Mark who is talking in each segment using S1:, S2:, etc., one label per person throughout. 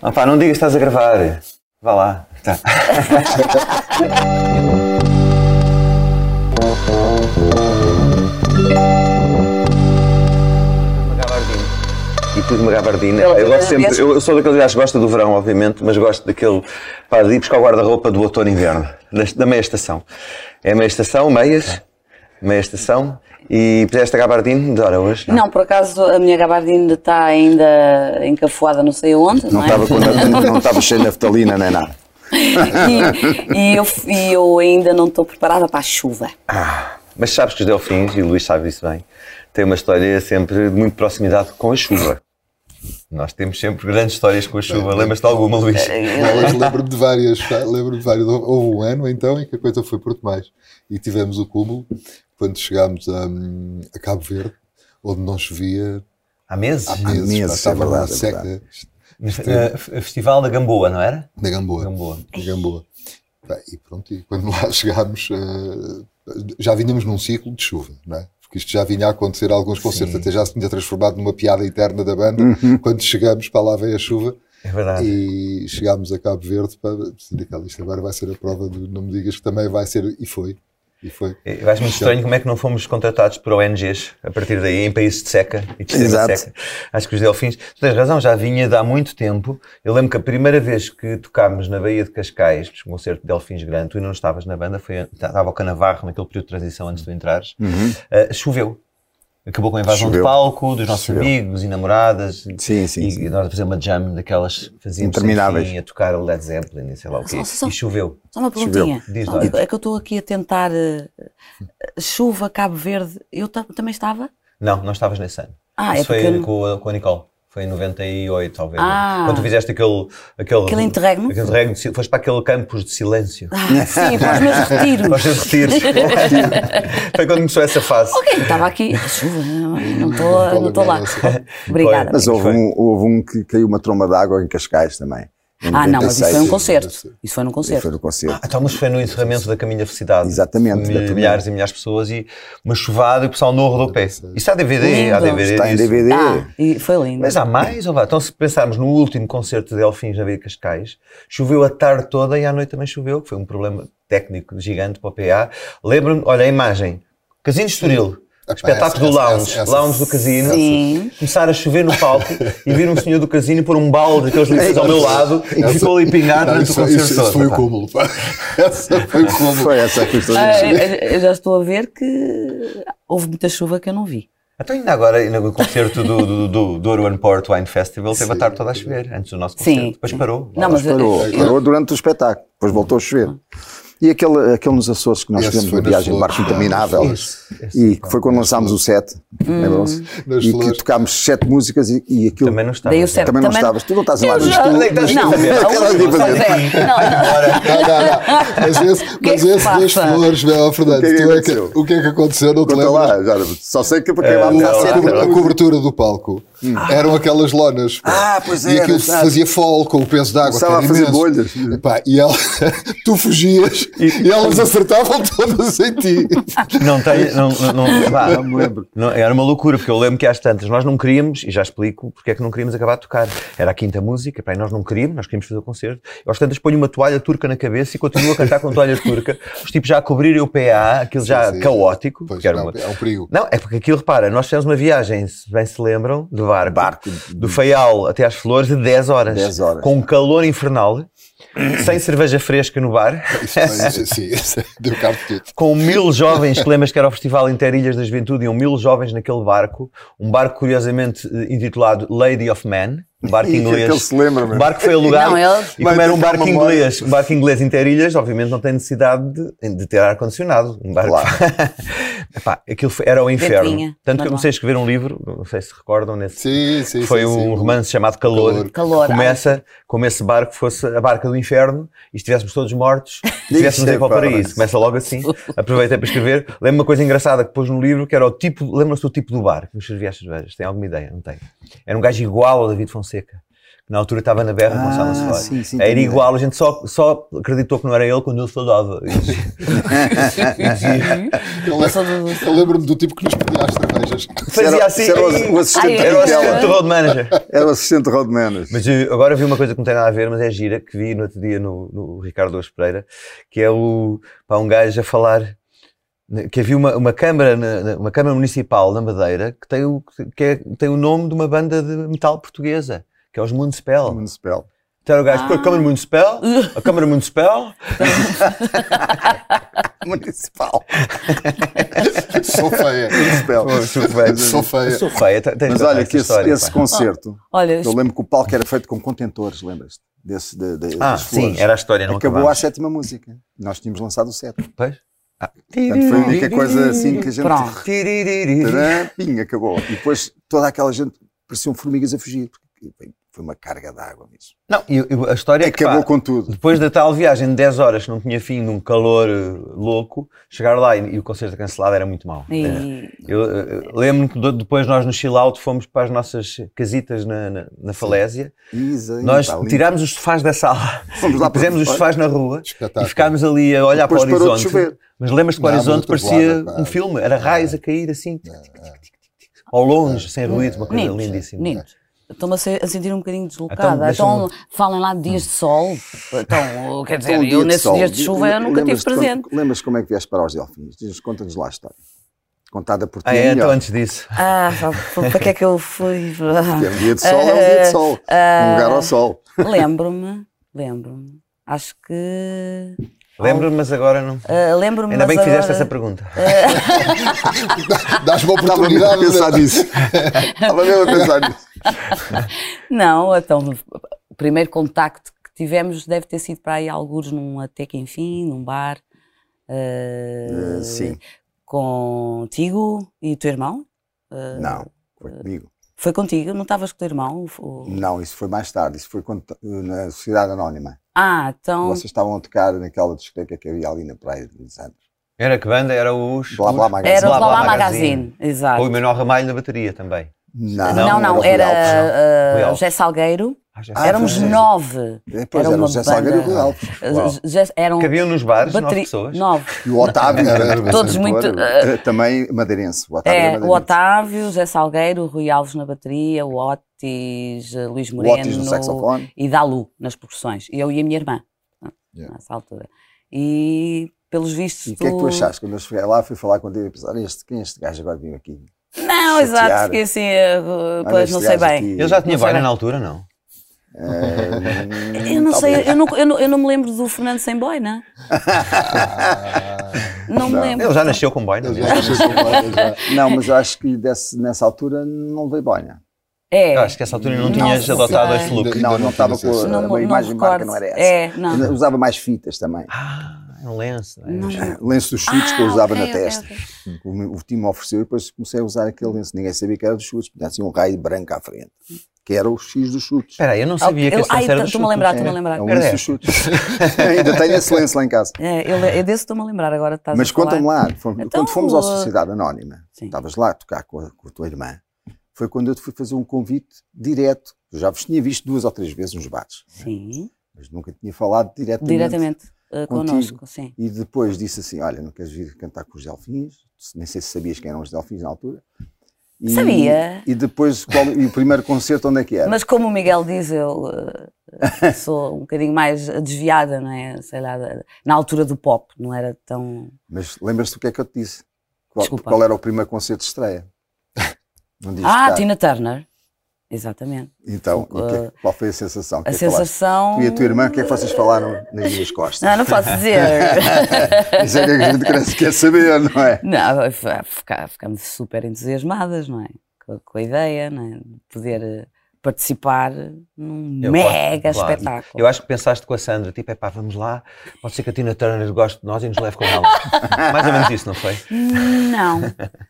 S1: Ah pá, não digas que estás a gravar. Vá lá. Tá. E tudo uma gabardina.
S2: Ela-
S1: Eu,
S2: ela
S1: gosto sempre,
S2: veste-
S1: eu, eu sou daqueles gajos que gosta do verão, obviamente, mas gosto daquele. Pá, de ir buscar o guarda-roupa do outono e inverno, da, da meia estação. É meia estação, meias, meia estação. E puseste a gabardina de hora hoje?
S2: Não, por acaso a minha gabardina está ainda encafuada não sei onde, não,
S3: Não
S2: é?
S3: estava com naf- não estava cheio de naftalina nem nada.
S2: e, e eu, e eu ainda não estou preparada para a chuva.
S1: Ah, Mas sabes que os delfins, e o Luís sabe isso bem, têm uma história sempre de muito proximidade com a chuva. Nós temos sempre grandes histórias com a chuva. Lembras-te de alguma, Luís?
S3: É,
S4: Não, hoje lembro-me de várias. tá? Lembro-me de várias. Houve um ano então em que a coisa foi por demais. E tivemos o cúmulo quando chegámos a, hum, a Cabo Verde, onde não chovia
S1: Há meses?
S4: há
S3: Há
S4: meses.
S3: meses,
S4: pá, estava
S3: é
S4: uma
S3: verdade, é
S4: seca
S1: No fe- eh, f- Festival da Gamboa, não era?
S4: na Gamboa.
S1: Gamboa.
S4: Na Gamboa. Pá, e pronto, e quando lá chegámos, eh, já vinhamos num ciclo de chuva, não é? Porque isto já vinha a acontecer a alguns concertos, até já se tinha transformado numa piada interna da banda. Quando chegamos, para lá veio a chuva.
S1: É verdade.
S4: E chegámos a Cabo Verde para decidir aquela isto agora vai ser a prova do não me digas que também vai ser e foi. E foi.
S1: Eu acho muito estranho como é que não fomos contratados por ONGs a partir daí, em países de seca e de extrema
S3: Exato.
S1: seca. Acho que os delfins. Tu tens razão, já vinha de há muito tempo. Eu lembro que a primeira vez que tocámos na Baía de Cascais, um concerto de Delfins Grande, tu ainda não estavas na banda, foi, estava o Canavarro naquele período de transição antes de tu entrares, Ah, choveu. Acabou com a invasão
S3: Uhum. Choveu.
S1: de palco, dos nossos amigos e namoradas. e-
S3: Sim, sim,
S1: E
S3: sim.
S1: nós a fazer uma jam daquelas que fazíamos sem
S3: Intermináveis.
S1: fim, a tocar o Led Zeppelin e sei lá o quê.
S2: Nossa, só-
S1: E choveu.
S2: Só uma perguntinha.
S1: Choveu. Diz
S2: Só
S1: lá.
S2: digo, é que eu estou aqui a tentar eh, chuva, Cabo Verde. Eu ta- também estava?
S1: Não, não estavas nesse ano.
S2: Ah,
S1: Isso
S2: é
S1: foi
S2: porque eu não-
S1: com, a- com a Nicole. Foi em 98, talvez.
S2: Ah.
S1: Quando tu fizeste aquele... Aquele,
S2: Aquele interregno?
S1: Aquele interregno. de sil- Foste para aquele campus de silêncio.
S2: Ah, sim, para os meus
S1: Para os
S2: retiros.
S1: teus retiros. foi quando começou essa fase.
S2: ok, estava aqui. Chuva, não- não estou Ah,
S4: é
S2: não estou lá. Obrigada.
S3: Mas houve
S1: Foi.
S3: um, houve um que caiu uma tromba d'água em Cascais também. em
S2: Ah, não, mas isso foi um
S3: 96.
S2: concerto. Isso foi num
S3: Aí Foi
S2: concerto.
S3: no concerto.
S1: Então, mas foi no encerramento da Caminha da Felicidade.
S3: Exatamente,
S1: Mil-
S3: exatamente.
S1: Milhares e milhares de pessoas e uma chuvada e o pessoal no rodopé. Isso há DVD, há
S2: Lindo.
S1: DVD.
S3: Está em
S1: disso.
S3: DVD.
S2: Ah, e foi lindo.
S1: Mas há mais, ou vá? Então, se pensarmos no último concerto de Delfins na Baía de Cascais, choveu a tarde toda e à noite também choveu, que foi um problema técnico gigante para o PA. Lembro-me, olha a imagem: Casino de Estoril,
S4: Epá,
S1: espetáculo do
S4: essa- essa-
S1: Lounge,
S4: essa- essa-
S1: Lounge do Casino.
S2: Sim.
S1: Começar a chover no palco e vir um senhor do casino pôr um balde daqueles litros ao meu lado e
S4: Essa-
S1: ficou ali pingado
S4: Ah,
S1: durante
S4: Não,
S1: o
S4: isso,
S1: concerto
S4: isso, isso
S1: todo.
S4: foi o
S1: pá.
S4: cúmulo. pá. Essa foi o cúmulo.
S3: Foi essa que eu estou a
S2: é. Ah,
S3: dizer.
S2: eu- eu já estou a ver que houve muita chuva que eu não vi.
S1: Então, ainda agora, ainda no concerto do, do, do, do Urban Port Wine Festival, teve a tarde toda a chover antes do nosso concerto.
S2: Sim.
S1: Depois parou.
S2: Não, mas
S3: Parou,
S2: eu-
S3: parou durante o espetáculo, depois voltou a chover. E aquele, aquele nos Açores que nós
S4: Esse
S3: fizemos
S4: foi
S3: uma
S4: nas
S3: viagem de barco
S4: Flores.
S3: interminável,
S1: Esse, esse,
S3: e que foi quando lançámos o set,
S2: Hum.
S3: lembram-se?
S4: Nas
S3: E que
S4: Flores.
S3: tocámos sete músicas e, e aquilo
S1: Também não estava.
S2: Daí o certo.
S3: Também não estavas, tu não estás lá
S2: Eu
S3: no
S2: já-
S3: estúdio.
S1: Onde é que estás
S2: Não,
S1: a fazer?
S2: a
S3: Aquela
S2: última-
S3: de fazer.
S2: pois é, não, não.
S4: Não, não, não. Mas esse,
S2: que é
S4: mas
S2: que
S4: esse das
S2: passa?
S4: flores, meu, Fernando,
S3: O que é que
S4: tu é que-
S3: aconteceu?
S4: o que é que aconteceu? Não te
S3: Conta
S4: lembro.
S3: lá, já, só sei que para
S1: Eh,
S3: quem lá
S4: O-
S3: me
S4: a,
S3: dá sete.
S4: cobertura- a cobertura do palco
S3: Hum.
S4: eram aquelas lonas. pá.
S3: Ah, pois
S4: E
S1: é,
S3: era,
S4: aquilo
S3: exato.
S4: fazia fol com o peso d'água.
S3: Começava
S4: que era
S3: a fazer
S4: imenso.
S3: bolhas.
S4: Epá, e ela, tu fugias e, elas acertavam todas em ti.
S1: Não tenho. Não, não, não, vá.
S3: Ah, me lembro.
S1: Não, era uma loucura, porque eu lembro que às tantas nós não queríamos, e já explico porque é que não queríamos acabar de tocar. Era a quinta música, pá, e nós não queríamos, nós queríamos fazer o concerto. Eu às tantas ponho uma toalha turca na cabeça e continuo a cantar com toalha turca. Os tipos já a cobrirem o PA, aquilo já
S4: sim.
S1: caótico.
S4: Pois,
S1: que era
S4: não,
S1: uma-
S4: é um perigo.
S1: Não, é porque aquilo, repara, nós fizemos uma viagem, se bem se lembram, de barco,
S3: Barco.
S1: do Faial até às Flores, de 10 horas.
S3: 10 horas.
S1: Com um calor infernal, sem cerveja fresca no bar.
S4: Isso, mas, sim, isso deu cabo de tudo.
S1: com mil jovens, que lembras que era o Festival Interilhas da Juventude, iam mil jovens naquele barco, um barco curiosamente eh, intitulado Lady of Man, um barco
S3: Ih, que
S1: inglês.
S3: aquele se lembra, meu.
S1: um barco que foi alugado,
S2: Não, ele-
S1: e como
S3: Vai
S1: era um
S3: ficar
S1: barco
S3: uma memória.
S1: inglês, um barco inglês Interilhas, obviamente não tem necessidade de, de ter ar-condicionado, um barco.
S3: Claro.
S1: Epá, aquilo foi- era o inferno.
S2: Ventoinha,
S1: Tanto que eu
S2: normal.
S1: comecei a escrever um livro, não sei se recordam, nesse,
S4: Sim, sim,
S1: foi
S4: sim,
S1: um
S4: sim.
S1: romance chamado Calor,
S4: Calor.
S1: que
S2: Calor,
S1: começa como esse barco fosse a barca do inferno e estivéssemos todos mortos e estivéssemos
S3: Isso é
S1: a ir para o
S3: parvo.
S1: paraíso. Começa logo assim. Aproveitei para escrever. Lembro uma coisa engraçada que pôs no livro que era o tipo, lembram-se do tipo do bar que nos servia as cervejas? Tem alguma ideia? Não tem. Era um gajo igual ao David Fonseca. Na altura estava na berra com
S3: Ah,
S1: Gonçalo Soares.
S3: sim, sim,
S1: era
S3: entendi.
S1: igual, a gente só, só acreditou que não era ele quando ele saudava.
S2: é
S3: Uhum.
S2: uhum.
S4: Eu, lembro- eu lembro-me do tipo que nos pedia as cervejas.
S1: Fazia
S3: era-
S1: assim.
S3: isso era o-
S1: "Ei!"
S3: o assistente
S1: Era o
S2: de
S1: assistente
S2: tela.
S1: do road manager.
S3: Era o assistente de Road Manners.
S1: Mas eh, agora vi uma coisa que não tem nada a ver, mas é gira, que vi no outro dia no, no Ricardo Ouro Pereira, que é o, pá, um gajo a falar, né, que havia uma, uma, câmara, na- na- uma câmara municipal na Madeira que, tem o, que é- tem o nome de uma banda de metal portuguesa, que é os Municipal.
S3: Municipal.
S1: Então era o gajo, pô, a Câmara Municipal, a Câmara Municipal,
S3: Municipal.
S4: Sou é. feia.
S3: Municipal.
S4: Sou feia.
S1: sou feia, te- tens
S3: Mas
S1: razão,
S3: olha
S1: essa
S3: que esse,
S1: história,
S3: esse
S1: pá.
S2: Ah,
S3: concerto,
S2: Olha,
S3: eu lembro que o palco era feito com contentores, lembras-te? Desse, de, de,
S1: Ah,
S3: das
S1: sim,
S3: flores.
S1: era a história, não
S3: Acabou à
S1: acabámos.
S3: sétima música. Nós tínhamos lançado o sétimo.
S1: Pois?
S3: Portanto, foi a única coisa assim que a gente.
S2: Pronto.
S3: Tadã, Pim, acabou. E depois toda aquela gente pareciam formigas a fugir. porque, bem, Foi uma carga d'água mesmo.
S1: Não, e- e a história é que, pá,
S3: Acabou com tudo.
S1: Depois da tal viagem de 10 horas que não tinha fim, de um calor eh, louco, chegar lá e, e o concerto cancelado era muito mau.
S3: É.
S2: E-
S1: Eu eh, lembro-me que do- depois nós no Chill Out fomos para as nossas casitas na, na, na Falésia,
S3: Isa,
S1: nós
S3: Isa, tá ali.
S1: tirámos os sofás da sala,
S3: Fomos lá para
S1: pusemos os
S3: fora.
S1: sofás na rua e
S4: Espetáculo.
S1: ficámos ali a olhar
S3: Depois
S1: para o
S3: parou de
S1: horizonte.
S3: chover.
S1: Mas lembras-te que o
S4: Não, mas
S1: horizonte
S4: a tatuada,
S1: parecia
S4: pá.
S1: um
S3: tá.
S1: filme, era
S3: É.
S1: raios a cair assim, tic, tic, tic, tic, tic, tic, ao longe, sem ruído, uma coisa
S2: Meninos,
S1: lindíssima. é?
S2: meninos, Estou-me a, se- a sentir um bocadinho
S1: Então,
S2: deslocada. Então, falem lá de dias de sol. Então, quer dizer,
S3: Então, um dia
S2: eu nesses
S3: sol.
S2: dias de chuva eu nunca tive
S3: Lembras-te quando-
S2: presente.
S3: Lembras-te como é que vieste para os Delfins? Diz-nos, Conta-nos lá a história. Contada por ti.
S1: Ah, é,
S3: melhor.
S1: então antes disso.
S2: Ah, sabe, para que é que eu fui?
S3: Que é um dia de sol, é um dia
S2: Ah,
S3: de sol. Um lugar ao sol.
S2: Lembro-me, lembro-me. Acho que.
S1: Lembro-me, mas agora não.
S3: Então,
S2: ah, lembro-me.
S1: Ainda
S2: mas
S1: bem que fizeste
S2: agora-
S1: essa pergunta.
S4: Dás-me a
S3: Estava mesmo a
S4: oportunidade.
S3: pensar nisso. Estava mesmo a pensar nisso.
S2: Não, então, o primeiro contacto que tivemos deve ter sido para aí alguns num até que enfim, num bar. ah,
S3: Eh, sim,
S2: Contigo e o teu irmão? Ah,
S3: não. Foi comigo.
S2: Foi contigo? Não estavas com o teu irmão? O- o-
S3: Não, isso foi mais tarde. Isso foi quando, t- na Sociedade Anónima.
S2: Ah, então.
S3: Vocês estavam a tocar naquela discoteca que havia ali na Praia de Lisandros.
S1: Era que banda? Era os.
S3: Blá, blá,
S1: os-
S3: magazine.
S2: Hum. Era o
S1: Blá,
S2: Blá
S1: Blá
S2: Blá
S1: Magazine.
S2: Magazine, exato.
S1: Ou o Manuel Ramalho na bateria também.
S2: Não,
S3: Não,
S2: não,
S3: Rui Alves.
S1: não. Rui
S2: era ah,
S1: Alves.
S2: José Salgueiro.
S1: Ah, já
S3: Ah,
S1: sei.
S2: Éramos
S3: foi.
S2: nove.
S3: É, Pois
S2: Era
S3: era o
S2: uma
S3: José Salgueiro e o Rui
S2: banda-
S3: Alves.
S1: Uau.
S2: Já eram
S1: Cabiam nos bares nove
S2: bateri-
S1: pessoas.
S2: nove.
S3: E o Otávio
S4: Era-
S3: era.
S4: era-
S2: Todos muito. eh,
S3: cantor, Também madeirense. O Otávio
S2: É,
S3: era
S2: o
S3: madeirense.
S2: Otávio, José Salgueiro, o Rui Alves na bateria, o Otis, eh, Luís
S3: O Otis no
S2: Moreno
S3: saxofone.
S2: e Dalu nas percussões. Eu e a minha irmã, né,
S4: Yeah.
S2: nessa altura. E pelos vistos.
S3: E o que é que tu achaste? Quando eu cheguei lá, fui falar contigo e pensar, este, quem é este gajo agora veio aqui?
S2: Não, exato,
S3: Chatear.
S2: fiquei assim, eh, eh,
S3: Olha
S2: pois
S3: este
S2: não sei
S3: gajo
S2: bem.
S3: aqui.
S1: Ele já tinha
S2: Não sei
S1: vaina
S2: bem.
S1: na altura, não?
S3: Eh,
S2: Eu não sei,
S3: talvez.
S2: eu não, eu, não, eu não me lembro do Fernando Sem Boina.
S4: Ah,
S2: Não, me
S3: Não.
S2: lembro.
S1: Ele já nasceu com boina. é?
S4: Eles
S1: mesmo.
S4: já nasceram com boinas, já.
S3: Não, mas eu acho que desse- nessa altura não veio boina.
S2: É.
S1: Eu acho que essa altura não
S2: Não
S1: tinhas
S2: sei.
S1: adotado este look.
S4: Ainda-
S3: Não,
S4: não
S3: não estava
S4: tinha
S3: com
S4: acesso.
S3: a,
S2: Não,
S3: uma
S2: me-
S3: imagem de
S2: não
S3: marca,
S2: recordo.
S3: não era essa.
S2: É, não.
S3: Ainda Usava mais fitas também.
S1: Ah, é um lenço. não é?
S2: Não.
S3: Lenço dos chutes que eu
S2: Ah,
S3: usava
S2: ok,
S3: na
S2: ok,
S3: testa.
S2: ok.
S3: O, meu- o time ofereceu e depois comecei a usar aquele lenço. Ninguém sabia que era dos chutes, tinha assim um raio branco à frente, que era o X dos chutes.
S2: É,
S1: Espera aí, eu não sabia que
S2: Eu-
S1: esse
S2: ai,
S1: lenço era
S2: tá-
S1: do
S2: estou-me a
S1: chute.
S2: lembrar,
S3: É,
S2: estou-me a lembrar.
S3: é um
S1: Era
S3: lenço dos chutes. Ainda tenho esse lenço lá em casa.
S2: É, eu, eu desse estou-me a lembrar agora. Estás
S3: Mas
S2: a falar.
S3: conta-me lá, Tá fomos-
S2: Então,
S3: quando fomos à
S2: uh,
S3: Sociedade Anónima,
S2: Sim.
S3: estavas lá a tocar com a, com a tua irmã, foi quando eu te fui fazer um convite direto. Eu já vos tinha visto duas ou três vezes nos bares,
S2: Sim,
S3: mas nunca tinha falado diretamente.
S2: diretamente eh,
S3: Contigo.
S2: connosco, sim.
S3: E depois disse assim: Olha, não queres vir cantar com os Delfins? Nem sei se sabias quem eram os Delfins na altura. E,
S2: Sabia.
S3: E depois, qual- e o primeiro concerto onde é que era?
S2: Mas como o Miguel diz, eu eh, sou um bocadinho mais desviada, não é? Sei lá, da- na altura do pop, não era tão.
S3: Mas lembras-te o que é que eu te disse? Qual,
S2: Desculpa.
S3: qual era o primeiro concerto de estreia? Não dizes
S2: Ah,
S3: cá.
S2: Tina Turner. Exatamente.
S3: Então, o que é- qual foi a sensação? O que
S2: A
S3: é que falaste?
S2: sensação.
S3: Tu e a tua irmã, o que é que vocês falaram nas minhas costas?
S2: Não, não posso dizer.
S3: Isso é que a gente quer, quer saber, não é?
S2: Não, fica- fica- ficamos super entusiasmadas, não é? Com, com a ideia, não é? De poder eh, participar num
S1: Eu gosto,
S2: mega
S1: claro.
S2: espetáculo.
S1: Eu acho que pensaste com a Sandra, tipo, é pá, vamos lá, pode ser que a Tina Turner goste de nós e nos leve com ela. Mais ou menos isso, não foi?
S2: Não,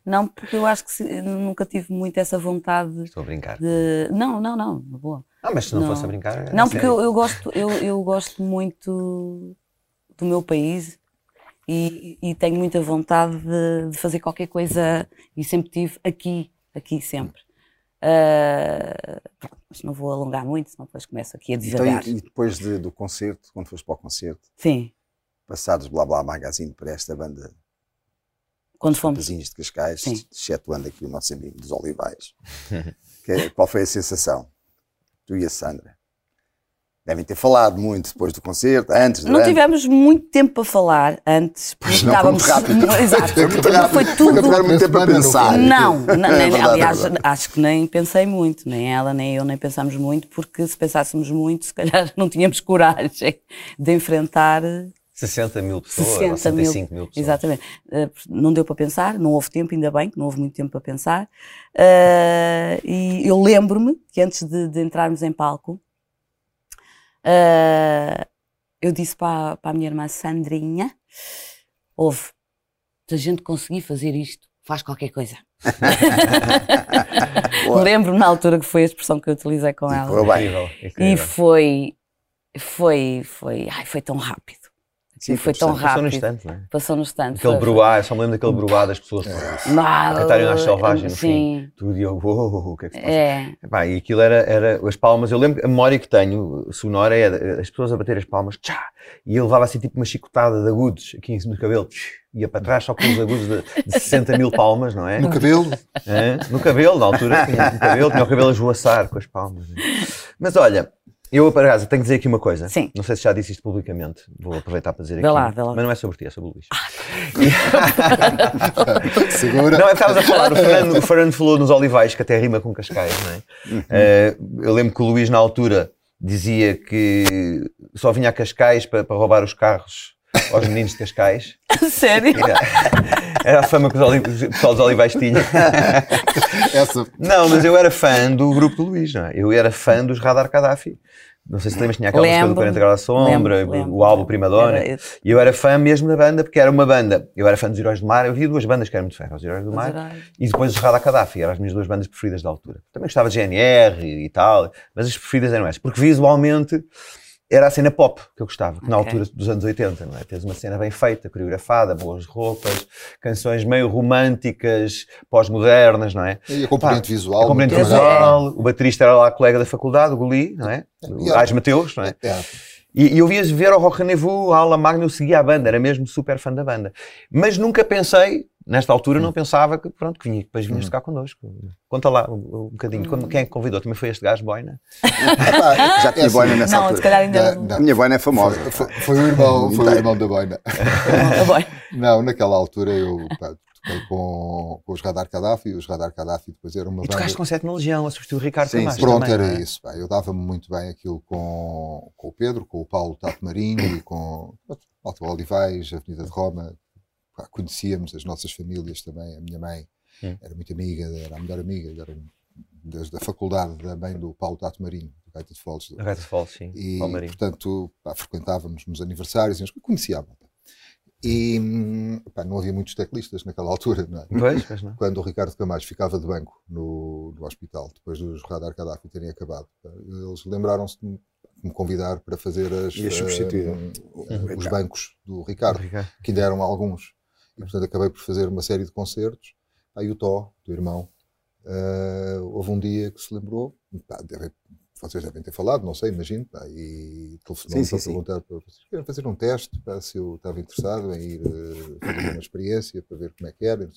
S2: não, porque eu acho que se- nunca tive muito essa vontade
S1: Estou a brincar.
S2: de. Não, não, não, na boa.
S1: Ah, mas se não,
S2: Não.
S1: fosse a brincar.
S3: É,
S1: era
S2: Não, porque
S1: sério.
S2: eu, eu gosto, eu, eu gosto muito do meu país e, e tenho muita vontade de, de fazer qualquer coisa e sempre tive aqui, aqui sempre. Ah, pronto, mas não vou alongar muito, senão depois começo aqui a
S3: Então,
S2: devagar.
S3: e, e depois de- do concerto, quando foste para o concerto,
S2: Sim,
S3: passados blá blá magazine para esta banda
S2: quando fomos.
S3: Pazinhos de Cascais,
S2: Sim.
S3: excetuando aqui o nosso amigo dos Olivais. Que- é, qual foi a sensação? Tu e a Sandra? Devem ter falado muito depois do concerto, antes,
S2: Não
S3: durante.
S2: tivemos muito tempo para falar antes, porque
S3: é? não, foi muito
S2: estávamos.
S3: rápido.
S2: Exato,
S3: Foi muito rápido.
S2: foi tudo.
S3: Nunca tiveram muito tempo a
S4: Semana não
S3: pensar.
S4: foi.
S2: Não, não, nem-
S3: É verdade,
S2: aliás,
S3: é verdade.
S2: acho que nem pensei muito, nem ela, nem eu, nem pensámos muito, porque se pensássemos muito, se calhar não tínhamos coragem de enfrentar
S1: 60 mil pessoas,
S2: 60
S1: ou 65 mil, pessoas.
S2: Exatamente. Eh, não deu para pensar, não houve tempo, ainda bem que não houve muito tempo para pensar. Eh, e eu lembro-me que antes de, de entrarmos em palco, eh, eu disse para, para a minha irmã Sandrinha: houve, se a gente conseguir fazer isto, faz qualquer coisa.
S3: Boa.
S2: Lembro-me na altura que foi a expressão que eu utilizei com ela.
S3: Correu bem.
S1: Incrível,
S2: E
S1: incrível.
S2: foi, foi, foi, ai, foi tão rápido.
S3: Sim,
S2: foi tão
S1: Passou num
S2: rápido.
S1: instante, não é?
S2: Passou no instante.
S1: Aquele
S2: foi-
S1: bruar, só me lembro daquele bruar das pessoas.
S2: É. Não,
S1: A cantarem às selvagens, no
S2: Sim,
S1: Tudo e eu, "Uou, o que é que se passa?
S2: é.
S1: Epá, e aquilo era, era as palmas. Eu lembro que a memória que tenho sonora é de- as pessoas a bater as palmas, tchá, e eu levava assim tipo uma chicotada de agudos aqui em cima do cabelo, tch, ia para trás só com os agudos de, de 60 mil palmas, não é?
S4: No cabelo,
S1: Hã? No cabelo, na altura, tinha no cabelo, tinha o cabelo a esvoaçar com as palmas. é? Mas olha, eu para casa tenho que dizer aqui uma coisa.
S2: Sim.
S1: Não sei se já disse isto publicamente, vou aproveitar para dizer
S2: Vê
S1: aqui.
S2: lá, vê lá.
S1: Mas não é sobre ti, é sobre o Luís.
S4: segura.
S1: Não, é que estavas a falar, o Fernando, o Fernando falou nos olivais, que até rima com cascais, não é? Eh, eu lembro que o Luís, na altura, dizia que só vinha a Cascais para, para roubar os carros aos meninos de Cascais.
S2: Sério?
S1: Era, era a fama que os, oli- o pessoal dos olivais tinha.
S4: Essa
S1: Não, mas eu era fã do grupo do Luís, não é? Eu era fã dos Radar Gaddafi. Não sei se lembras, tinha aquela música do
S2: Lembro-me.
S1: 40 graus à sombra,
S2: Lembro, lembro.
S1: o álbum Prima Donna.
S2: Era esse.
S1: E eu era fã mesmo da banda, porque era uma banda. Eu era fã dos Heróis do Mar, eu havia duas bandas que eram muito fã, os Heróis do Mar e depois o Radar Gaddafi, eram as minhas duas bandas preferidas da altura. Também gostava de GNR e, e tal, mas as preferidas eram essas, porque visualmente era a cena pop que eu gostava, que na
S2: Ok.
S1: altura dos anos 80, não é? Tens uma cena bem feita, coreografada, boas roupas, canções meio românticas, pós-modernas, não é?
S4: E a componente
S1: Pá,
S4: visual.
S1: a componente
S4: muito
S1: visual, o baterista era lá colega da faculdade, o Goli, não é? O
S4: Yeah.
S1: Ais Mateus, não é?
S4: trabalhada. É.
S1: E, e eu ia ver ao Rock Rendezvous, a Aula Magna, eu seguia a banda, era mesmo super fã da banda. Mas nunca pensei, nesta altura, não pensava que, pronto, que vinha, depois vinhas
S4: Uhum.
S1: tocar connosco. Conta lá um, um bocadinho, quando- quem é que convidou? Também foi este gajo boina?
S4: Epá,
S3: Já
S4: é
S3: tinha
S4: assim,
S3: boina nessa
S2: Não, se
S3: altura.
S2: calhar ainda
S4: não,
S2: não.
S3: A
S4: não.
S3: minha boina é famosa.
S4: Foi, foi- foi o irmão, foi o irmão da boina.
S2: Ah, bom.
S4: Não, naquela altura eu pá, toquei com, com os Radar Gaddafi, os Radar Gaddafi depois era uma
S1: E
S4: banda.
S1: tocaste com 7 na Legião, a substituir o Ricardo
S3: Sim,
S1: Camacho
S4: Pronto,
S1: também,
S4: era
S1: não é?
S4: isso. pá. Eu dava-me muito bem aquilo com, com o Pedro, com o Paulo Tato Marinho e com pronto, Alto Olivais, Avenida de Roma. Pá, conhecíamos as nossas famílias também. A minha mãe
S1: Hum.
S4: era muito amiga, era a melhor amiga, era um, desde a faculdade da mãe do Paulo Tato Marinho, do Gaita de Foles.
S1: O Gato de Foles, sim.
S4: E,
S1: Palmarinho.
S4: portanto, pá, frequentávamos nos aniversários, e as- conhecia a banda. E hum, pá, não havia muitos teclistas naquela altura, não é?
S1: Pois, pois não.
S4: Quando o Ricardo Camacho ficava de banco no, no hospital, depois dos Radar Gaddafi terem acabado, pá, eles lembraram-se de me- de me convidar para fazer as,
S3: E a substituir Uhum.
S4: hum,
S3: o- o
S4: eh, os
S3: Ricardo.
S4: bancos do Ricardo,
S1: Ricardo.
S4: que ainda eram alguns. E, portanto, acabei por fazer uma série de concertos. Aí o Tó, do irmão, eh, houve um dia que se lembrou, pá, deve- vocês devem ter falado, não sei, imagino, pá, e telefonou
S3: Sim, sim,
S4: para
S3: sim.
S4: perguntar para vocês, querem fazer um teste, pá, se eu estava interessado em ir eh, fazer uma experiência para ver como é que era.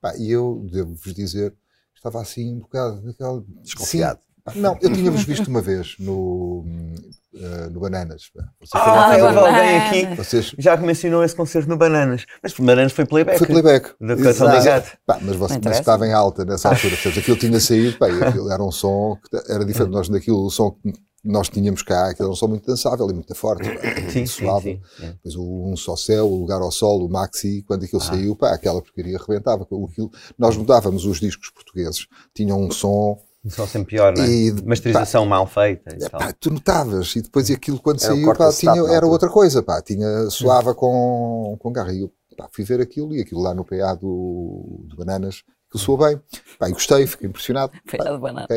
S4: Pá, e eu, devo-vos dizer, estava assim um bocado naquela...
S3: Desconfiado.
S4: Sim. Não, eu tinha-vos visto uma vez no, hum, eh, no Bananas. pá. Vocês foram
S1: Ah,
S4: fazer-
S1: eu
S2: eu adoro.
S1: alguém aqui
S4: vocês,
S1: já que mencionou esse concerto no Bananas. Mas por Bananas foi playback.
S4: foi playback.
S1: Da canção
S4: Exato.
S1: ligado.
S4: Pá, mas você, mas
S2: interessa.
S4: estava em alta nessa altura, portanto, aquilo tinha saído, pá, e aquilo era um som que ta- era diferente. Nós, daquilo, o som que nós tínhamos cá, aquilo era um som muito dançável e muito forte, pá,
S1: Sim,
S4: muito
S1: sim,
S4: suave.
S1: sim. É.
S4: Depois o Um Só Céu, o Lugar ao Sol, o Maxi, quando
S1: Ah.
S4: aquilo saiu, pá, aquela porcaria arrebentava. com Aquilo. Nós mudávamos os discos portugueses, tinham um som,
S1: Só sempre pior, não é?
S4: E- é
S1: Masterização mal feita e tal.
S4: pá, tu notavas, e depois aquilo quando
S3: Era o
S4: saiu,
S3: corte
S4: pá,
S3: da cidade
S4: tinha,
S3: na
S4: era
S3: altura.
S4: outra coisa, pá, tinha, soava com, com garra. E eu pá, fui ver aquilo, e aquilo lá no PA do, do Bananas, aquilo soou bem. Pá, e gostei, fiquei impressionado.
S2: Foi já de banana.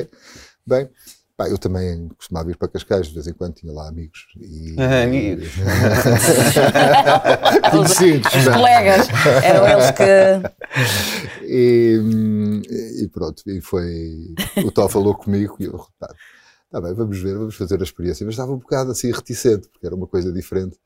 S4: Bem, pá, Pá, eu também costumava ir para Cascais, de vez em quando tinha lá amigos. E...
S1: Amigos.
S4: Conhecidos.
S2: Os
S4: não é?
S2: colegas eram eles que.
S4: E, hum, e pronto, e foi. O Tó falou comigo e eu, tá, tá bem, vamos ver, vamos fazer a experiência. Mas estava um bocado assim reticente, porque era uma coisa diferente.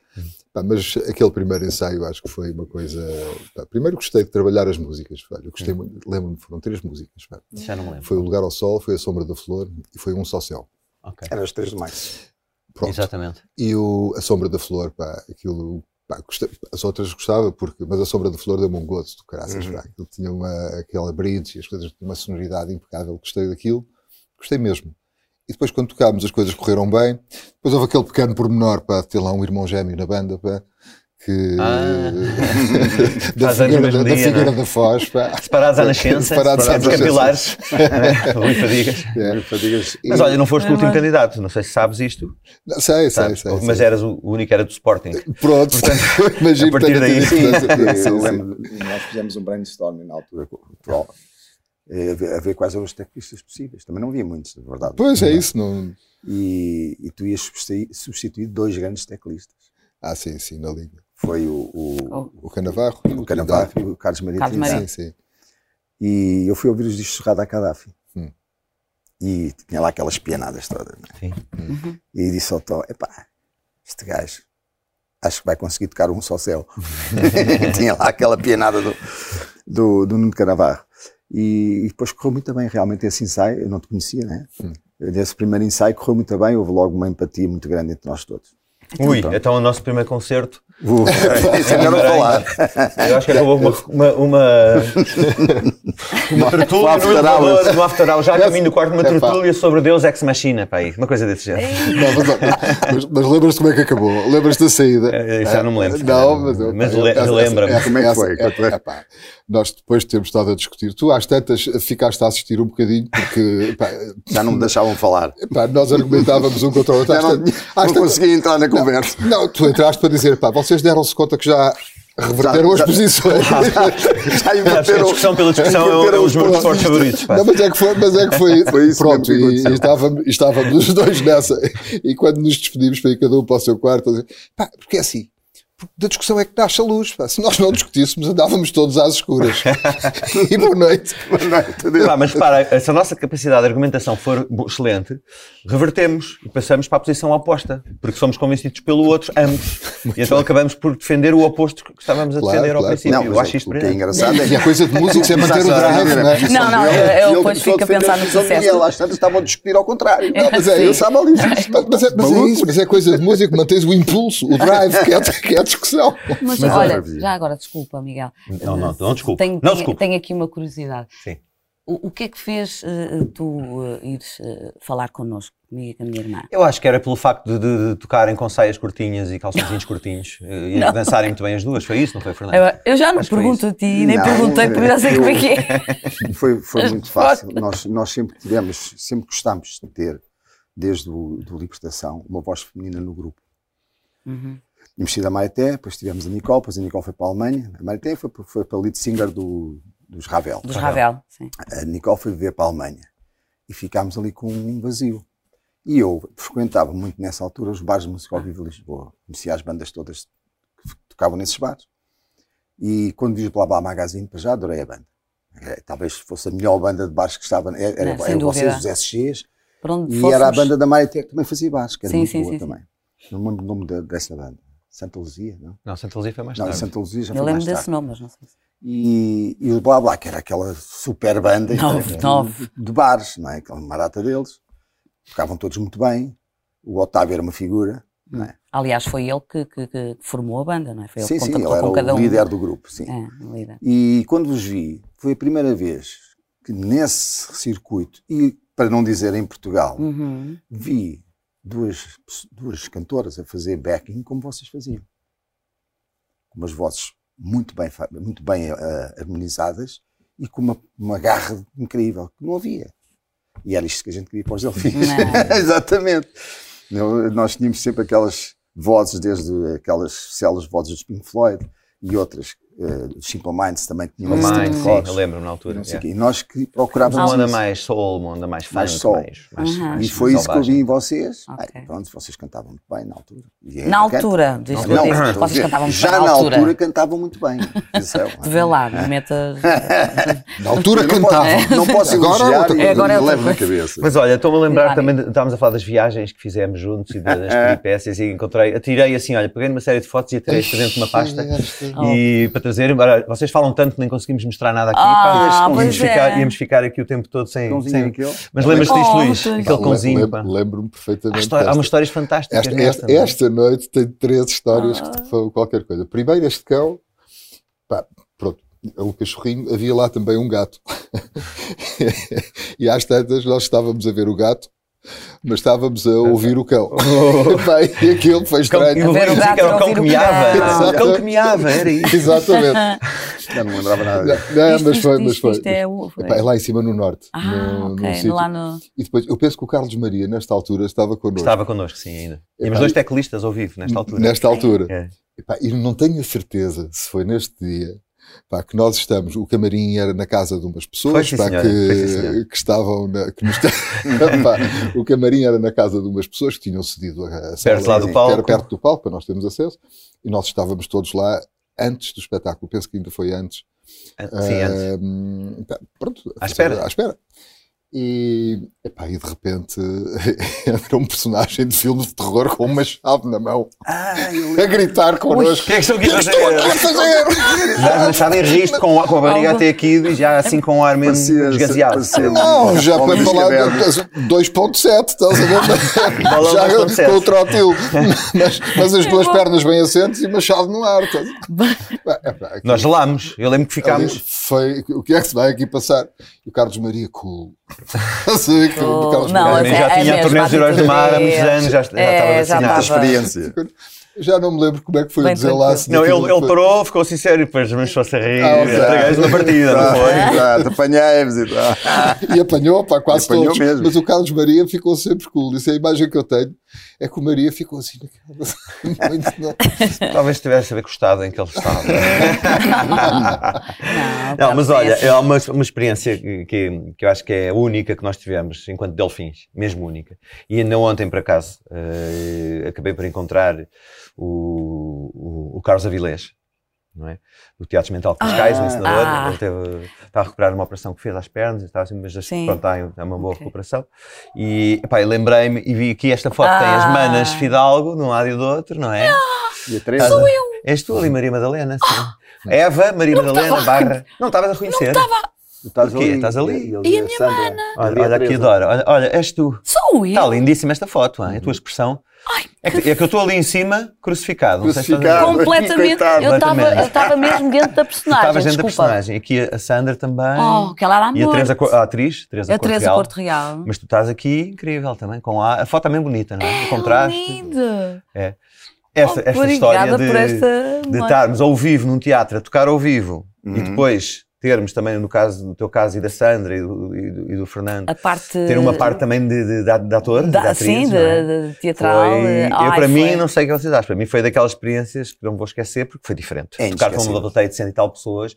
S4: Pá, mas aquele primeiro ensaio acho que foi uma coisa. pá, primeiro gostei de trabalhar as músicas, pá, eu gostei muito, lembro-me, foram três músicas. pá.
S1: Já não me lembro.
S4: Foi O Lugar ao Sol, foi A Sombra da Flor e foi Um Só Céu.
S1: Ok.
S3: Era os três demais.
S4: é Pronto.
S1: Exatamente.
S4: E o, a Sombra da Flor, pá, aquilo. Pá, gostei- as outras gostava, porque, mas a Sombra da Flor deu-me um gozo do
S1: Uhum.
S4: caraças. pá. Aquilo tinha uma, aquela bridge e as coisas tinham uma sonoridade impecável. Gostei daquilo, gostei mesmo. E depois, quando tocámos, as coisas correram bem. Depois houve aquele pequeno pormenor para ter lá um irmão gêmeo na banda. Pá, que
S1: Ah.
S4: da,
S1: Faz anos no
S4: figueira,
S1: mesmo
S4: da, da
S1: dia,
S4: Figueira
S1: não é?
S4: da Foz, pá.
S1: Separados à nascença, separados,
S4: Separados à
S1: dos capilares. Rui Fadigas.
S4: É.
S1: Mas olha, não foste o último
S2: Mas-
S1: candidato, não sei se sabes isto.
S4: Não, sei, sei,
S1: Sabes?
S4: sei.
S1: Mas
S4: sei.
S1: eras o o único, era do Sporting.
S4: Pronto, imagino
S1: a partir
S4: ter
S1: daí-
S4: tido
S3: Sim,
S4: essa-
S3: eh,
S4: sim,
S3: eu
S4: sim.
S3: lembro, nós fizemos um brainstorming na altura, com- com- eh, a ver, a ver quais eram os tecnistas possíveis. Também não havia muitos, na verdade.
S4: Pois
S1: Uhum.
S4: é isso, não.
S3: E, e tu ias substituir, substituir dois grandes teclistas.
S4: Ah, sim, sim, na liga.
S3: Foi o, o,
S4: O Canavarro.
S3: o Canavarro e o Carlos Maria
S2: Carlos
S3: Trindade.
S2: Maria.
S4: Sim, sim.
S3: E eu fui ouvir os discos de Radar Gaddafi.
S4: Hum.
S3: E tinha lá aquelas pianadas todas. né?
S1: Sim.
S3: E disse ao Tó: epá, este gajo acho que vai conseguir tocar um só céu. tinha lá aquela pianada do, do, do Nuno Canavarro. E, e depois correu muito bem, realmente, esse ensaio. Eu não te conhecia, né? Nesse primeiro ensaio correu muito bem, houve logo uma empatia muito grande entre nós todos.
S1: Ui, então o nosso primeiro concerto.
S3: Vou, isso é melhor não falar.
S1: Eu acho que acabou uma. Uma. Uma, uma tertúlia. no
S3: uma after hours.
S1: elevador, Uma after hours, já a caminho do quarto, uma
S4: Epá.
S1: tertúlia sobre Deus ex machina, pá aí. Uma coisa desse género.
S4: Não, mas, mas, mas lembras-te como é que acabou? Lembras-te da saída?
S1: Eh, isso já não me lembro.
S4: Não, mas, eu-
S1: Mas
S4: eu-
S1: le-
S4: essa-
S1: lembra-me.
S4: essa-
S3: Como é que
S4: essa-
S3: foi?
S4: essa- epá, nós depois de termos estado a discutir, tu às tantas ficaste a assistir um bocadinho, porque epá,
S3: Já não me deixavam falar.
S4: epá, nós argumentávamos um contra o outro.
S3: Já
S4: Às
S3: não,
S4: tantas- às
S3: não
S4: tantas-
S3: conseguia entrar na conversa.
S4: Não, tu entraste para dizer, pá, vocês deram-se conta que já reverteram
S3: Já-
S4: as
S3: já-
S4: posições.
S3: Já
S1: Sabes que a
S3: inverteram.
S1: discussão pela discussão é um- é um dos meus desportos favoritos, pá.
S4: Não, mas é que foi, mas é que foi,
S3: Foi isso mesmo
S4: pronto,
S3: que
S4: e,
S3: aconteceu.
S4: e estávamos, e estávamos os dois nessa, e quando nos despedimos para ir cada um para o seu quarto, eu disse, pá, porque é assim, porque da discussão é que nasce a luz, pá. se nós não discutíssemos andávamos todos às escuras, e boa noite.
S1: Pá, mas repara, se a nossa capacidade de argumentação for bo- excelente, revertemos e passamos para a posição oposta, porque somos convencidos pelo outro, ambos. e então acabamos por defender o oposto que estávamos a
S4: Claro,
S1: defender ao
S4: claro,
S1: princípio.
S3: mas
S1: eu acho isto
S3: o que é
S1: brilhante.
S3: engraçado é
S4: E a coisa de músicos é manter o drive, não é?
S2: Não, não, eu- eu depois fico a pensar no sucesso.
S3: Elas estavam a discutir ao contrário.
S4: Não, mas é,
S2: Sim.
S4: eu sabe ali, mas, mas é, mas é
S3: Maluco.
S4: isso, mas é coisa de músico, mantens o impulso, o drive, que é, que é a discussão.
S2: Mas,
S1: Mas
S2: olha,
S3: olha,
S2: já agora, desculpa, Miguel.
S3: é
S1: Não, não, não desculpe.
S2: Tenho,
S1: não
S2: tenho-
S1: desculpe.
S2: tenho aqui uma curiosidade.
S1: Sim.
S2: O, o que é que fez eh, tu eh, ires eh, falar connosco, comigo e com a minha irmã?
S1: Eu acho que era pelo facto de, de- de tocarem com saias curtinhas e calçõezinhos curtinhos eh, e dançarem muito bem as duas. Foi isso, não foi, Fernando?
S2: Agora, Eu já não
S1: Acho que foi
S2: pergunto a ti, nem
S3: Não,
S2: perguntei, porque já sei
S3: eu-
S2: como é que é.
S3: Foi, foi
S2: As
S3: muito fácil. Nós, nós sempre tivemos, sempre gostámos de ter, desde o do Libertação, uma voz feminina no grupo.
S2: Uhum.
S3: Tínhamos tido a Maité, depois tivemos a Nicole, depois a Nicole foi para a Alemanha. A Maité foi, foi para a lead singer do, dos Ravel.
S2: Dos Ravel, sim.
S3: A Nicole foi viver para a Alemanha e ficámos ali com um vazio. E eu frequentava muito nessa altura os bares de música ao vivo de Lisboa. Conhecia as bandas todas que f- tocavam nesses bares. E quando vi o Blá Blá Magazine, para já adorei a banda. Eh, Talvez fosse a melhor banda de bares que estava. Era, era,
S2: Não, sem
S3: eram vocês,
S2: dúvida.
S3: os SGs,
S2: Por onde
S3: e
S2: fôssemos.
S3: era a banda da Maritec que também fazia bares, que era
S2: Sim,
S3: muito
S2: sim,
S3: boa
S2: sim, sim.
S3: também. Não me lembro o nome da- dessa banda. Santa Luzia, não?
S1: Não, Santa Luzia foi mais
S3: Não,
S1: tarde.
S3: Santa Luzia já
S2: Eu
S3: foi mais
S2: lembro
S3: tarde
S2: desse nome, mas não sei se.
S3: e, e o Blá Blá, que era aquela super banda então,
S2: Nove,
S3: de,
S2: nove.
S3: de bares, não é? Aquela marata deles. Tocavam todos muito bem. O Otávio era uma figura. Não é?
S2: Aliás, foi ele que, que- que formou a banda, não é? Foi ele
S3: Sim,
S2: que
S3: sim, ele
S2: contactou
S3: era
S2: com cada
S3: o
S2: um.
S3: líder do grupo, sim.
S2: É, o líder.
S3: E quando os vi, foi a primeira vez que nesse circuito, e para não dizer em Portugal,
S2: Uhum.
S3: vi duas, pesso- duas cantoras a fazer backing como vocês faziam. Com umas vozes muito bem, fa- muito bem eh, harmonizadas e com uma, uma garra incrível, que não havia. E era isto que a gente queria para os delfins.
S2: Não.
S3: Exatamente. Não, Nós tínhamos sempre aquelas vozes, desde aquelas celas vozes dos Pink Floyd e outras eh, Simple Minds também tinha uma
S1: Mamãe,
S3: Minds,
S1: sim, eu
S3: Chords,
S1: lembro-me na altura.
S3: tipo não sei o
S1: yeah.
S3: quê. E nós que procurávamos
S1: Uma onda
S3: isso.
S1: mais soul, uma onda mais funk,
S3: Mais
S1: mais,
S3: soul.
S1: mais-
S2: Uhum.
S1: mais
S3: E foi isso que eu vi
S1: selvagem.
S3: em vocês.
S2: Ok.
S3: Ai, pronto, vocês cantavam muito bem na altura. E é
S2: Na
S3: bacana.
S2: altura, diz
S3: Não,
S2: que eu
S3: não,
S2: disse,
S3: estou a
S2: vocês
S3: dizer,
S2: cantavam muito
S3: já
S2: bem
S3: na
S2: na
S3: altura.
S2: altura.
S3: cantavam muito bem. Atenção.
S2: Tu vê lá, não metas.
S4: Na altura
S3: Não posso-
S4: cantava.
S3: Não posso
S4: Agora é
S3: elogiar
S4: outra
S3: e-
S4: coisa.
S2: Agora é outra
S4: Leve na cabeça.
S1: Mas olha, estou-me a lembrar
S2: Claro.
S1: também, de- estávamos a falar das viagens que fizemos juntos e das peripécias e encontrei, atirei assim, olha, peguei uma série de fotos e atirei isto É. dentro de uma pasta
S2: Oh.
S1: e para trazer, embora vocês falam tanto que nem conseguimos mostrar nada aqui,
S2: Ah,
S1: pá, íamos,
S2: pois é.
S1: ficar, íamos ficar aqui o tempo todo sem...
S3: Cãozinho
S1: sem-
S3: aquele.
S1: Mas lembras-te disto,
S2: Oh,
S1: Luís?
S2: Deus.
S1: Aquele
S4: Lem-
S1: cãozinho,
S4: lem-
S1: pá.
S4: Lembro-me
S1: Há,
S4: perfeitamente.
S1: histó- há
S4: desta.
S1: umas histórias fantásticas
S4: Esta,
S1: nesta,
S4: esta,
S1: não é?
S4: esta noite tem três histórias
S2: Ah.
S4: que te falam qualquer coisa. Primeiro, este cão. Pá, pronto. O cachorrinho, havia lá também um gato. e às tantas nós estávamos a ver o gato, mas estávamos a ouvir o cão. Pá, e aquilo foi
S1: Cão-
S4: estranho.
S1: eu
S2: Ver o
S1: ouvi dizer
S2: gato
S1: que era o
S2: e
S1: cão
S2: ouvir
S1: que
S2: o
S1: miava.
S2: cão.
S1: O cão que miava, era isso.
S4: Exatamente.
S3: Já não me lembrava nada disso.
S4: Não, não,
S2: Isto-
S4: mas foi,
S2: isto-
S4: mas
S2: isto-
S4: foi.
S2: Isto é o.
S4: Epá, é lá em cima no norte.
S2: Ah,
S4: no, num
S2: ok.
S4: sítio.
S2: Lá no.
S4: E depois, eu penso que o Carlos Maria, nesta altura, estava connosco.
S1: Estava connosco, sim, ainda. Tínhamos
S4: Epá,
S1: dois
S4: e-
S1: teclistas ao vivo, nesta altura.
S4: Nesta altura.
S1: É.
S4: Epá, e não tenho a certeza se foi neste dia pá, que nós estamos. O camarim era na casa de umas
S1: Foi,
S4: pessoas
S1: sim,
S4: pá,
S1: senhora, foi, sim, senhora.
S4: que, que estavam. Na, que nos- Epá, o camarim era na casa de umas pessoas que tinham cedido a, a
S1: Perto lá do
S4: que
S1: palco.
S4: Era perto do palco, para nós termos acesso. E nós estávamos todos lá antes do espetáculo. Penso que ainda foi antes.
S1: Sim,
S4: Ah,
S1: antes.
S4: hum, pá, pronto,
S1: À espera.
S4: À espera. E, epá, e de repente entra um personagem de filme de terror com uma chave na mão
S3: Ah, eu
S4: a gritar
S1: Mas o
S4: connosco.
S1: que é que estão aqui a
S4: Estou a
S1: fazer?
S4: fazer!
S1: Já sabem risto com, a- com a barriga
S2: Algo-
S1: até aqui e já assim com o ar mesmo
S3: Parecia-
S1: esgaseado.
S3: parecia-
S4: Não, já
S3: Homem
S4: para
S3: das
S4: falar
S3: cavernas.
S4: de- 2.7, estás a ver?
S1: Balão
S4: Já
S1: 2.7.
S4: com o trotil. Mas, mas as duas pernas bem assentes e uma chave no ar. estás- É Pá, epá, aquilo-
S1: Nós gelámos, eu lembro que
S4: Ali
S1: ficámos.
S4: Foi, o que é que se vai aqui passar? E o Carlos Maria, cool. Sabe que o
S1: um
S2: Cool.
S4: Carlos
S2: Não,
S4: Maria-
S1: eu
S2: mas é-
S1: já
S2: é
S1: tinha a
S2: mesmo,
S1: turnê
S2: a
S1: dos Heróis do
S2: atitude
S1: Mar há
S2: é-
S1: muitos anos, já, já
S2: é,
S1: estava
S2: já estava.
S1: vacinado.
S3: experiência.
S4: Já não me lembro como é que foi
S2: Bem
S4: o desenlace.
S1: Não,
S4: daquilo
S1: ele, ele
S4: que foi.
S1: parou, ficou sincero e depois mas fosse a rir,
S4: Ah, ok. Ah,
S1: estragaste na partida, não foi?
S3: Exato, apanhei-vos e tal.
S4: E apanhou, pá, quase
S3: E apanhou
S4: todos.
S3: mesmo.
S4: Mas o Carlos Maria ficou sempre cool. Isso é a imagem que eu tenho. É que o Maria ficou assim naquela. Muito não.
S1: Talvez tivesse a ver com o estado em que ele estava.
S2: Não, tá
S1: Não,
S2: pá,
S1: mas olha,
S2: parece-
S1: é uma, uma experiência que, que, que eu acho que é a única que nós tivemos enquanto delfins, mesmo única. E ainda ontem, por acaso, eh, acabei por encontrar o, o, o Carlos Avilés, não é? do Teatro Mental de Cascais, um ensinador.
S2: Ah.
S1: Ele teve, está a recuperar uma operação que fez às pernas, e estava assim, mas acho que
S2: Sim.
S1: pronto, está em- está uma boa
S2: Ok.
S1: recuperação. E epá, eu lembrei-me e vi aqui esta foto: tem as
S2: Ah.
S1: manas Fidalgo, de um lado e do outro, não é?
S3: E a Teresa.
S1: És tu ali, Maria Madalena.
S2: Ah.
S1: Sim. Eva, Maria Madalena, barra. Não estavas a reconhecer.
S3: Tu estás
S1: Porquê? Estás ali?
S3: E, e a minha mana?
S1: Olha, olha
S3: Hum.
S1: aqui, Dora. Olha, olha, és tu.
S2: Sou
S1: Está
S2: eu.
S1: lindíssima esta foto, hein? a tua expressão. é, que, é que eu estou ali em cima, crucificado. Não sei se estás a ver.
S3: Crucificado.
S2: Completamente.
S3: Coitado,
S2: Eu estava-
S1: completamente.
S2: eu estava mesmo dentro da personagem.
S1: Estavas dentro da
S2: desculpa.
S1: personagem. Aqui a Sandra também.
S2: Oh, aquela era a
S1: e a,
S2: morte.
S1: Teresa, Co- a atriz, Teresa
S2: A Teresa
S1: Corte Real.
S2: Porto Real. É
S1: Mas tu estás aqui incrível também. Com a, a foto também bonita, não é? o contraste.
S2: Linda.
S1: Esta, esta
S2: Oh, Obrigada
S1: história de,
S2: por esta
S1: de
S2: memória.
S1: estarmos ao vivo num teatro, a tocar ao vivo
S3: Uhum.
S1: e depois termos também, no caso do teu caso e da Sandra e do, e do- e do Fernando,
S2: A parte.
S1: ter uma parte também de, de, de, de ator, de
S2: da,
S1: atriz,
S2: sim,
S1: não é?
S2: de, de teatral.
S1: Foi-
S2: eh,
S1: eu,
S2: ai,
S1: para mim,
S2: foi.
S1: não sei o que vocês acham. Para mim foi daquelas experiências que não vou esquecer porque foi diferente.
S3: É
S1: Tocar com uma
S3: inesquecível.
S1: plateia de cento e tal pessoas.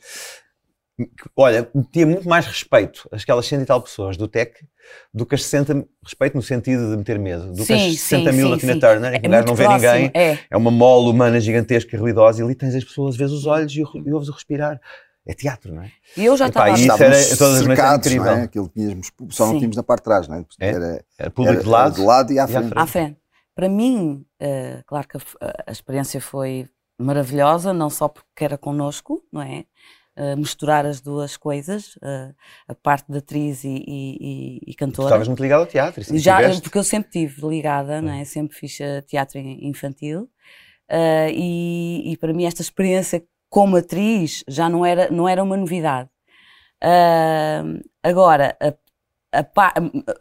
S1: que, Olha, tinha muito mais respeito àquelas cento e tal pessoas do TEC do que as 60, respeito no sentido de meter medo, do que
S2: Sim,
S1: as 60
S2: sim,
S1: mil
S2: sim,
S1: da Tina
S2: sim.
S1: Turner, em que
S2: É
S1: o gajo
S2: muito
S1: não vê
S2: próximo,
S1: ninguém,
S2: É.
S1: é uma mole humana gigantesca e ruidosa e ali tens as pessoas, vês os olhos e, o- e ouves a respirar. É teatro, não é?
S2: E eu já assim,
S1: Epá,
S2: estava. a
S1: isso
S2: achar-
S1: era- todas as noites era incrível.
S3: Não é? Aquilo tínhamos, só não
S2: Sim.
S3: tínhamos na parte de trás, não é?
S1: É?
S3: Era,
S1: Era público
S3: era-
S1: de lado.
S3: de lado e à frente.
S2: À frente. Para mim, eh, claro que a, f- a- a experiência foi maravilhosa, não só porque era connosco, não é? Eh, misturar as duas coisas, eh, a parte de atriz e, e- e- e
S1: Tu
S2: cantora.
S1: estavas muito ligado ao teatro. Assim,
S2: Já,
S1: tiveste-
S2: porque eu sempre estive ligada, não é? Sempre fiz eh, teatro in- infantil. Ah, e, e para mim esta experiência como atriz já não era, não era uma novidade. Ah, agora, a- a pa-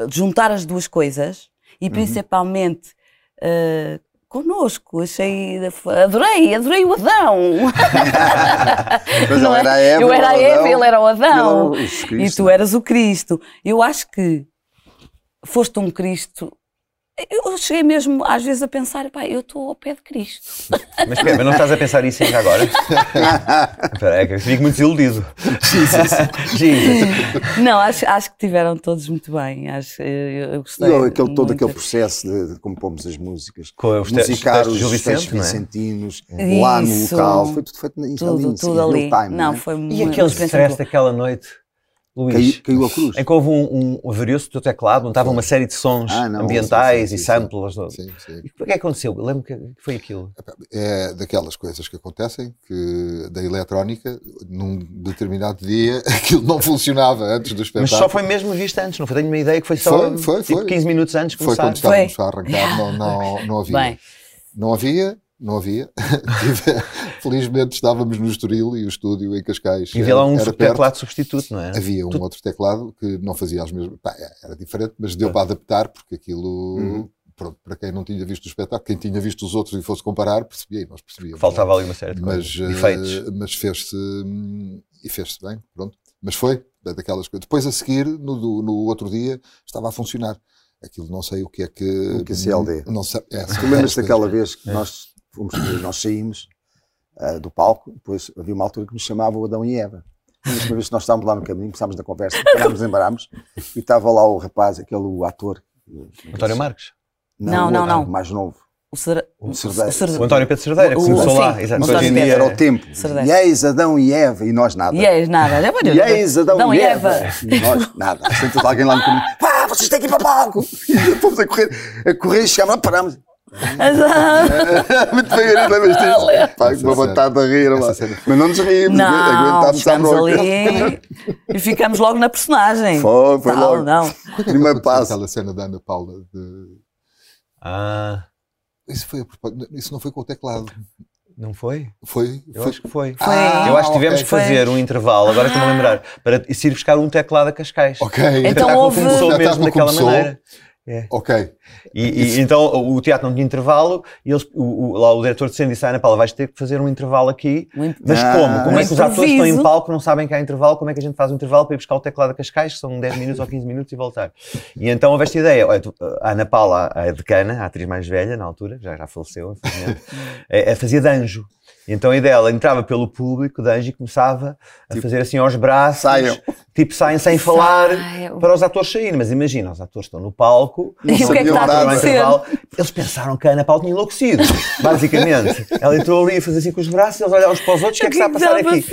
S2: juntar as duas coisas e principalmente ah, connosco, achei, adorei, adorei o Adão.
S3: Mas
S2: Não
S3: ela
S2: é?
S3: Então era
S2: eu era
S3: a Eva.
S2: a
S3: ela
S2: Eva, ele era o Adão.
S3: Ele era o Jesus
S2: E
S3: Cristo.
S2: tu eras o Cristo. Eu acho que foste um Cristo Eu cheguei mesmo às vezes a pensar, pá, eu estou ao pé de Cristo.
S1: Mas espera, mas não estás a pensar isso ainda agora? Espera, é que eu fico muito desiludido. Jesus.
S2: Não, acho, acho que tiveram todos muito bem. Acho, eu, eu
S3: E
S2: gostei.
S3: aquele, todo
S2: muito.
S3: aquele processo de, de compomos as músicas,
S1: Com os textos-
S3: musicar
S1: textos
S3: os
S1: de Gil
S3: textos
S1: Vicente, não é?
S3: vicentinos,
S2: Isso.
S3: lá no local, foi tudo feito na
S2: Tudo,
S3: instalinha,
S2: tudo ali.
S3: Time,
S2: não,
S3: não é?
S2: foi muito.
S1: E aquele stress daquela noite, Luís?
S3: caiu, caiu a cruz.
S1: Em que houve um, um variou-se do teu teclado, não estava uma série de sons
S3: Ah, não,
S1: ambientais
S4: sim, sim,
S1: e
S4: sim,
S1: samples. não-
S4: Sim, sim.
S1: E O que é que aconteceu? Eu Lembro que foi aquilo.
S4: É daquelas coisas que acontecem que da eletrónica, num determinado dia, aquilo não funcionava antes do
S1: Mas
S4: espetáculo.
S1: só foi mesmo visto antes, não foi? Tenho uma ideia que foi só
S4: Foi, foi,
S1: tipo
S4: foi.
S1: 15 minutos antes de
S4: Foi
S1: começar.
S4: quando estávamos a arrancar, não, não, não havia.
S2: Bem,
S4: Não havia, não havia. Tive- Felizmente estávamos no Estoril e o estúdio em Cascais.
S1: E havia lá um
S4: era perto.
S1: teclado substituto, não é?
S4: Havia um outro teclado que não fazia as mesmas. pá, era diferente, mas deu para adaptar, porque aquilo.
S1: Uhum.
S4: Pronto, para quem não tinha visto o espetáculo, quem tinha visto os outros e fosse comparar, percebia e nós percebíamos.
S1: Faltava ali uma série de
S4: mas,
S1: coisas.
S4: eh,
S1: Efeitos.
S4: mas fez-se hum, e fez-se bem, pronto. Mas foi é daquelas coisas. Depois a seguir, no, do- no outro dia, estava a funcionar. Aquilo não sei o que é que.
S3: O que é CLD?
S4: Não sei. É,
S3: Tu lembras daquela vez
S1: É.
S3: que nós, fomos, nós saímos ah, do palco, depois havia uma altura que nos chamava o Adão e Eva. E uma vez que nós estávamos lá no caminho, começámos da conversa, parámos, embarámos, e estava lá o rapaz, aquele o ator.
S1: António Marques.
S2: Não,
S3: o
S2: não,
S3: outro,
S2: não.
S3: o mais novo.
S2: o Cerdeira.
S3: O Cerdeira.
S1: O António Pedro Cerdeira, que
S2: O-
S1: começou
S2: sim,
S1: lá. Exato.
S2: o
S1: Hoje em
S2: António
S1: dia- é-
S3: Era o tipo- tempo.
S2: Cerdeira.
S3: E eis Adão e Eva, e nós nada.
S2: E és nada. olha, olha,
S3: E é eis Adão,
S2: Adão
S3: e Eva. E nós nada. Sentas alguém lá no caminho, pá, vocês têm que ir para o palco. E fomos a correr, a correr e chegámos lá, parámos. Muito bem, Arito, lembras disto? Pá,
S4: Essa
S3: uma
S4: cena.
S3: batata a rir, lá. mas não nos rimos,
S2: Não,
S3: aguentámos à
S2: chegámos
S3: bronca.
S2: ali e ficámos logo na personagem.
S3: Foi, foi
S2: Tal,
S3: logo.
S2: Não.
S3: Primeiro passo.
S4: Aquela cena da Ana Paula. de-
S1: Ah,
S4: Isso, foi a propósito- isso não foi com o teclado.
S1: não foi?
S4: Foi.
S1: Eu
S4: foi-
S1: acho que foi.
S2: Foi.
S4: Ah,
S1: Eu acho que
S4: ok.
S1: tivemos que fazer um intervalo, agora estou-me a lembrar, para ir buscar um teclado a Cascais.
S4: Ok.
S2: Então
S1: Espetáculo
S2: houve-
S1: começou
S4: Espetáculo
S1: mesmo daquela
S4: começou.
S1: maneira.
S4: Ok.
S1: E, e então o teatro não tinha intervalo e eles, o, o- lá o diretor de cena disse à Ana Paula, vais ter que fazer um intervalo aqui.
S2: Muito
S1: Mas
S3: Ah.
S1: como? Como é que os
S2: Um
S1: atores estão em
S2: improviso.
S1: palco, não sabem que há intervalo, como é que a gente faz um intervalo para ir buscar o teclado a Cascais, que são 10 minutos ou 15 minutos e voltar. E então houve esta ideia, olha, tu- a Ana Paula, a decana, a atriz mais velha na altura, já, já faleceu, infelizmente, eh, eh, fazia de anjo. E então a ideia, ela entrava pelo público de anjo e começava a fazer assim aos braços,
S3: Saiam.
S1: tipo saem sem falar,
S2: Saiam.
S1: para os atores saírem. Mas imagina, os atores estão no palco,
S2: E o que é que
S1: sabiam
S2: está a
S1: dar o
S2: acontecer?
S1: intervalo. Eles pensaram que a Ana Paula tinha enlouquecido, basicamente. Ela entrou ali a fazer assim com os braços, eles olhavam uns para os outros, o que é que está a passar aqui?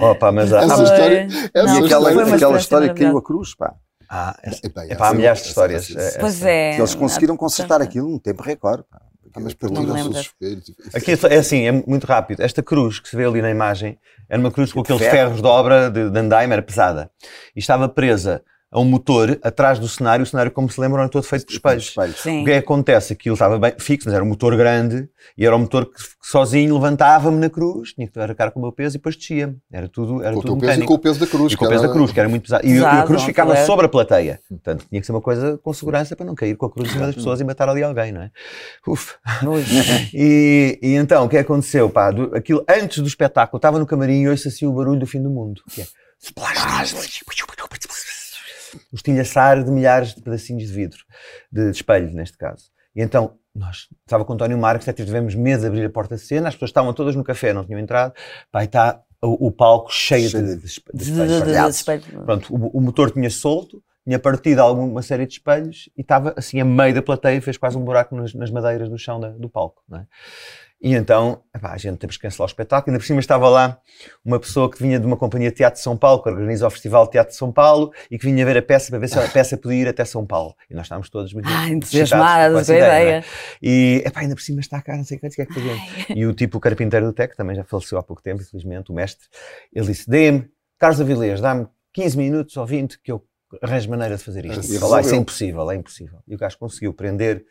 S1: Opa, mas há,
S4: Essa
S1: há-
S4: história-
S2: Foi.
S4: essa
S2: Não,
S3: E
S2: foi uma
S3: aquela, aquela
S2: experiência
S3: história que caiu a
S2: maravilhosa.
S3: cruz, pá.
S1: há- essa-
S4: Epá,
S1: Epá, há
S4: essa- assim,
S1: milhares de
S4: essa- essa-
S1: histórias.
S4: essa-
S2: Pois é.
S3: Eles conseguiram concentrar aquilo num tempo recorde. pá.
S4: Ah, mas
S3: Aquilo-
S2: me
S4: partiram-se
S2: lembro.
S4: os espelhos. e-
S1: Aqui é só- é assim, é muito rápido. Esta cruz que se vê ali na imagem era uma cruz com
S3: De
S1: aqueles
S3: ferro.
S1: ferros de obra de, de andaime, era pesada. E estava presa a um motor atrás do cenário. O cenário, como se lembram, era todo feito por espelhos.
S3: espelhos.
S1: O
S2: Sim.
S1: que é que acontece? Aquilo estava bem fixo, mas era um motor grande e era um motor que f- sozinho levantava-me na cruz, tinha que arcar com o meu peso e depois descia-me. Era tudo, era
S4: Com o
S1: tudo
S4: teu peso e
S1: mecânico.
S4: com o peso da cruz.
S1: E com o
S4: que
S1: peso da
S4: era-
S1: cruz, que era muito pesado. E,
S2: Pesado,
S1: a cruz
S2: não, é?
S1: ficava
S2: claro.
S1: sobre a plateia. Portanto, tinha que ser uma coisa com segurança para não cair com a cruz em cima das pessoas e matar ali alguém, não é? Uf. E, e então, o que é que aconteceu? Pá, Do- aquilo, antes do espetáculo, estava no camarim e ouço assim o barulho do fim do mundo. Que é, splash, splash, o estilhaçar de milhares de pedacinhos de vidro, de, de espelho, neste caso. E então, nós, estava com o António Marques, até tivemos medo de abrir a porta de cena, as pessoas estavam todas no café, não tinham entrado, pá, e está o, o palco cheio de,
S3: Cheio
S1: de, espe- de
S2: De-
S1: espelhos.
S2: de- de- de-
S3: espalhados.
S2: espelho.
S1: Pronto, o, o motor tinha solto, tinha partido alguma série de espelhos e estava assim a meio da plateia, fez quase um buraco nas, nas madeiras do chão da- do palco. Não é? E então, epá, a gente temos que cancelar o espetáculo. Ainda por cima estava lá uma pessoa que vinha de uma companhia de teatro de São Paulo, que organiza o Festival de Teatro de São Paulo e que vinha ver a peça para ver se a peça podia ir até São Paulo. E nós estávamos todos muito
S2: Ah,
S1: excitados com
S2: entusiasmadas
S1: essa
S2: com a
S1: não é?
S2: ideia.
S1: E epá, ainda por cima está cá, não sei quantos, o que é que fazemos? E o tipo, o carpinteiro do TEC, também já faleceu há pouco tempo, infelizmente, o mestre, ele disse: dê-me, Carlos Avilés, dá-me 15 minutos ou 20 que eu arranjo maneira de fazer isto.
S4: Assim
S1: E eu falei, isso é
S4: resolveu.
S1: impossível, é impossível. E o gajo conseguiu prender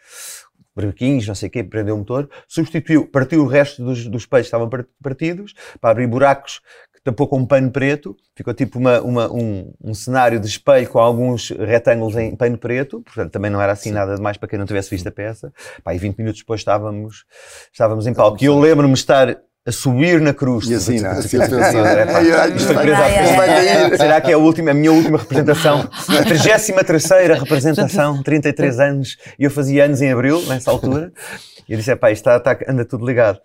S1: brequinhos, não sei o quê, prendeu o motor, substituiu, partiu o resto dos, dos peixes que estavam par- partidos, para abrir buracos que tapou com um pano preto, ficou tipo uma, uma- um, um cenário de espelho com alguns retângulos em pano preto, portanto também não era assim nada demais para quem não tivesse visto a peça. Pá, e 20 minutos depois estávamos, estávamos em palco. E eu lembro-me estar a subir na cruz. tipo,
S3: E assim, não é?
S4: Assim, atenção,
S1: André, pá.
S3: Ai,
S1: Isto foi preso à
S2: Ai, ai,
S1: frente.
S3: ai, ai.
S1: Será que é a, última, a minha última representação? A 33 representação, 33
S3: é.
S1: anos. E eu fazia anos em abril, nessa altura. E eu disse: "É pá, isto está, está- anda tudo ligado.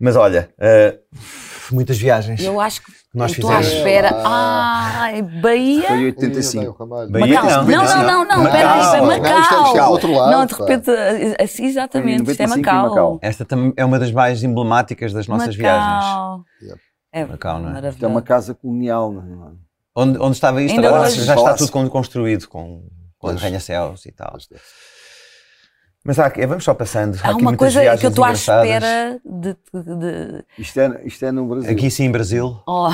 S1: Mas olha, eh, muitas viagens.
S2: Eu acho que
S1: Nós
S2: eu estou à
S1: fizemos-
S2: espera.
S4: Ah.
S2: Ah, é Bahia.
S3: Foi
S4: Ei, o
S3: 85.
S4: Ramalho.
S1: Bem, Bahia,
S2: Macau.
S1: não.
S2: Não, não, não, não,
S1: Macau.
S2: peraí, isso é
S1: Não,
S4: isto é
S2: Macau.
S4: Macau, outro lado,
S2: Não, de
S4: pá.
S2: repente, eh, assim, exatamente, isto é
S3: 95 em
S2: Macau.
S3: Macau.
S1: Esta tam- é uma das mais emblemáticas das nossas viagens.
S2: Macau.
S4: Yep.
S2: É
S1: Macau, não é?
S3: Isto é uma casa colonial. não é?
S1: Onde, onde estava isto
S2: Ainda
S1: agora
S2: hoje.
S1: já está
S3: Palácio.
S1: tudo con- construído com, com
S4: Pois.
S1: arranha-céus e tal.
S4: Mas, é,
S1: Mas há, aqui- vamos só passando.
S2: Há
S1: aqui
S2: uma
S1: muitas
S2: coisa que eu
S1: viagens
S2: estou à
S1: engraçadas.
S2: espera de. de-
S3: Isto é, isto é no Brasil.
S1: Aqui sim, Brasil.
S2: Oh,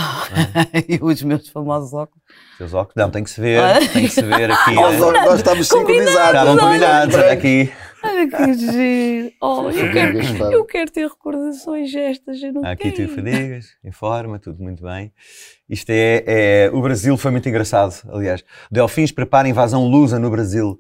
S2: e os meus famosos óculos.
S1: Seus óculos? Não, tem que se ver,
S2: Ah.
S1: tem que se ver aqui.
S3: Nós,
S1: né?
S3: nós estamos
S2: Combinado.
S3: sincronizados.
S1: Estavam combinados olha aqui.
S2: Olha que giro. Oh, eu quero,
S4: engraçado.
S2: eu quero ter recordações destas. Eu não
S1: Há Aqui tu e
S2: tenho.
S1: Fadigas, informa, tudo muito bem. Isto é, é- O Brasil foi muito engraçado, aliás. Delfins prepara invasão lusa no Brasil.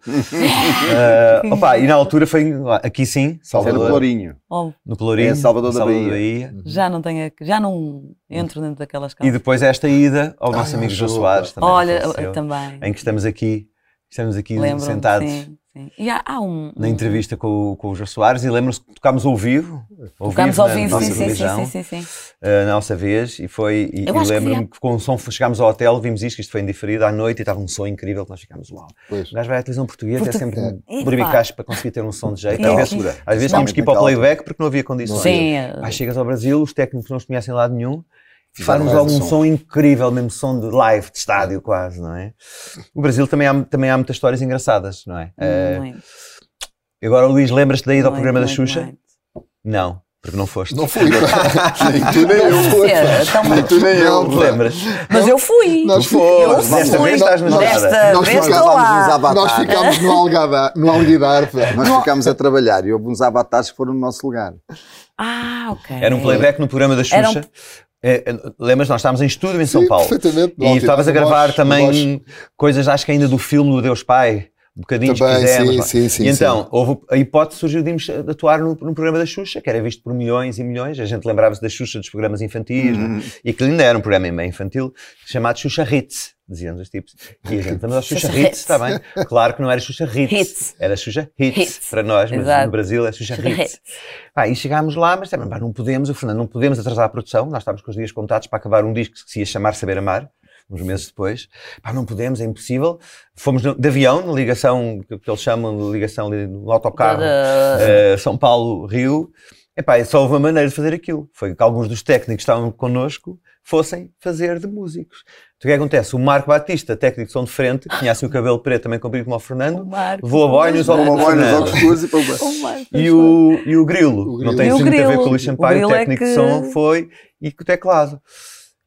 S1: Ah, opa, e na altura foi. Aqui sim,
S3: Isto é no
S1: Salvador.
S3: Pelourinho.
S2: Oh,
S1: No Pelourinho.
S3: É Salvador da Bahia. Tá.
S2: já não tenho. a- Já não entro dentro daquelas
S1: E
S2: calças.
S1: depois esta ida ao nosso
S4: Ah,
S1: amigo João
S4: João,
S1: Soares. Também
S2: Olha,
S1: faleceu,
S2: eu também.
S1: em que estamos aqui, estamos aqui
S2: Lembro-me,
S1: sentados.
S2: Sim, sim. E há, há um.
S1: na entrevista com, o- com o Jô Soares e lembram-se que tocámos ao vivo. Ao
S2: Tocámos
S1: vivo
S2: ao
S1: na
S2: vivo,
S1: nossa
S2: sim, sim,
S1: televisão,
S2: sim, sim, sim, sim.
S1: eh, na nossa vez, e foi. E,
S2: Eu
S1: e
S2: acho que
S1: lembro-me que, com o som chegámos ao hotel, vimos isto, que isto foi indiferido à noite e estava um som incrível que nós ficámos uau.
S4: Pois.
S1: O gajo vai à televisão portuguesa, é
S2: Portu- eh,
S1: sempre
S2: Epa.
S1: um buricacho para conseguir ter um som de jeito.
S2: Naquela
S1: Às vezes,
S2: altura.
S1: às vezes tínhamos que ir para o playback porque não havia condições.
S2: Sim,
S1: Aí chegas ao Brasil, os técnicos não os conhecem lá de nenhum. E
S4: Fizeram
S1: fazem
S4: live
S1: logo um
S4: de som.
S1: som incrível, mesmo som de live, de estádio quase, não é? O Brasil também há, também há muitas histórias engraçadas, não é? Eh,
S2: Muito,
S1: agora, Luís, lembras-te da ida ao
S2: muito,
S1: programa da
S2: muito,
S1: Xuxa?
S2: muito.
S1: Não, porque não foste.
S4: Não fui. pá. nem tu nem eu.
S2: Deve
S4: pá.
S2: ser, então-
S4: Nem tu nem eu.
S1: Não te
S4: pá.
S1: lembras?
S2: Mas eu fui.
S4: Nós
S1: foste.
S4: ficámos-
S1: Desta
S4: nós-
S1: vez estás na
S4: nós-
S2: jornada.
S4: nós
S2: Desta vez
S4: ficámos-
S2: estou lá.
S3: Nós
S2: Olá.
S3: avatares.
S4: Nós ficámos no Alguidar, no Alguidar,
S1: É,
S4: pá.
S3: Nós ficámos a trabalhar e houve uns avatares que foram no nosso lugar.
S2: Ah, ok.
S1: Era um playback no programa da
S2: Era um-
S1: Xuxa. Eh, eh, Lembras? Nós estávamos em estúdio em São
S4: Sim,
S1: Paulo.
S4: perfeitamente. No
S1: E
S4: Alguidar,
S1: estavas a
S4: no
S1: gravar
S4: Bosch, no Bosch.
S1: também coisas, acho que ainda do filme do Deus Pai. um Bocadinhos que
S4: Também,
S1: fizemos.
S4: sim,
S1: lá.
S4: sim, sim.
S1: e então, houve a hipótese surgiu de irmos atuar no, num programa da Xuxa, que era visto por milhões e milhões. A gente lembrava-se da Xuxa dos programas infantis,
S4: Uhum.
S1: não é? e que ainda era um programa bem infantil, chamado Xuxa Hits, diziam os tipos. E a gente, vamos ao Xuxa
S2: Xuxa
S1: Hits,
S2: Hits.
S1: está bem? Claro que não era Xuxa Hits,
S2: Hits.
S1: era Xuxa Hits,
S2: Hits.
S1: para nós, mas
S2: Exato.
S1: no Brasil é Xuxa
S2: Xuxa
S1: Hits.
S2: Hits.
S1: Pá, Ah, e chegámos lá, mas também, pá, não podemos, o Fernando, não podemos atrasar a produção, nós estávamos com os dias contados para acabar um disco que se ia chamar Saber Amar, uns meses depois. Pá, não podemos, é impossível. Fomos no- de avião, na ligação, que que eles chamam de ligação ali no autocarro,
S2: Da-
S1: eh, São Paulo-Rio. Epá, é só houve uma maneira de fazer aquilo. Foi que alguns dos técnicos que estavam connosco fossem fazer de músicos. Então o que acontece? O Marco Batista, técnico de som de frente, que tinha assim o cabelo preto também comprido como o
S2: O
S1: Fernando,
S2: Marco.
S1: levou a boina e os óculos
S3: Uma
S1: do
S3: boia nos
S1: Fernando.
S3: óculos escuros e
S2: O
S3: para
S2: Marco.
S1: E o, e o grilo,
S4: O
S1: não
S4: grilo.
S1: tem
S4: E o
S1: assim muito a ver
S2: grilo.
S1: com o Luís Sampaio,
S2: O
S1: o
S2: grilo é
S1: técnico de
S2: que-
S1: som foi e com o teclado.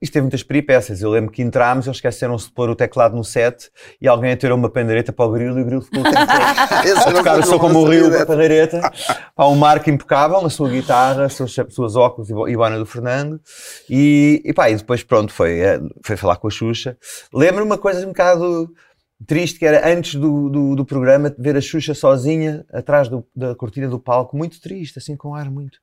S1: Isto teve muitas peripécias. Eu lembro que entrámos, eles esqueceram-se de pôr o teclado no set e alguém atirou uma pandereta para o grilo e o grilo ficou o tempo todo a tocar o som como o rio da pandeireta. Pá, um marco impecável na sua guitarra, as suas, as suas óculos e bo- e boina do Fernando. E, e pá, e depois pronto, foi, eh, foi falar com a Xuxa. Lembro-me uma coisa um bocado triste, que era antes do, do, do programa, ver a Xuxa sozinha atrás do- da cortina do palco, muito triste, assim, com um ar muito...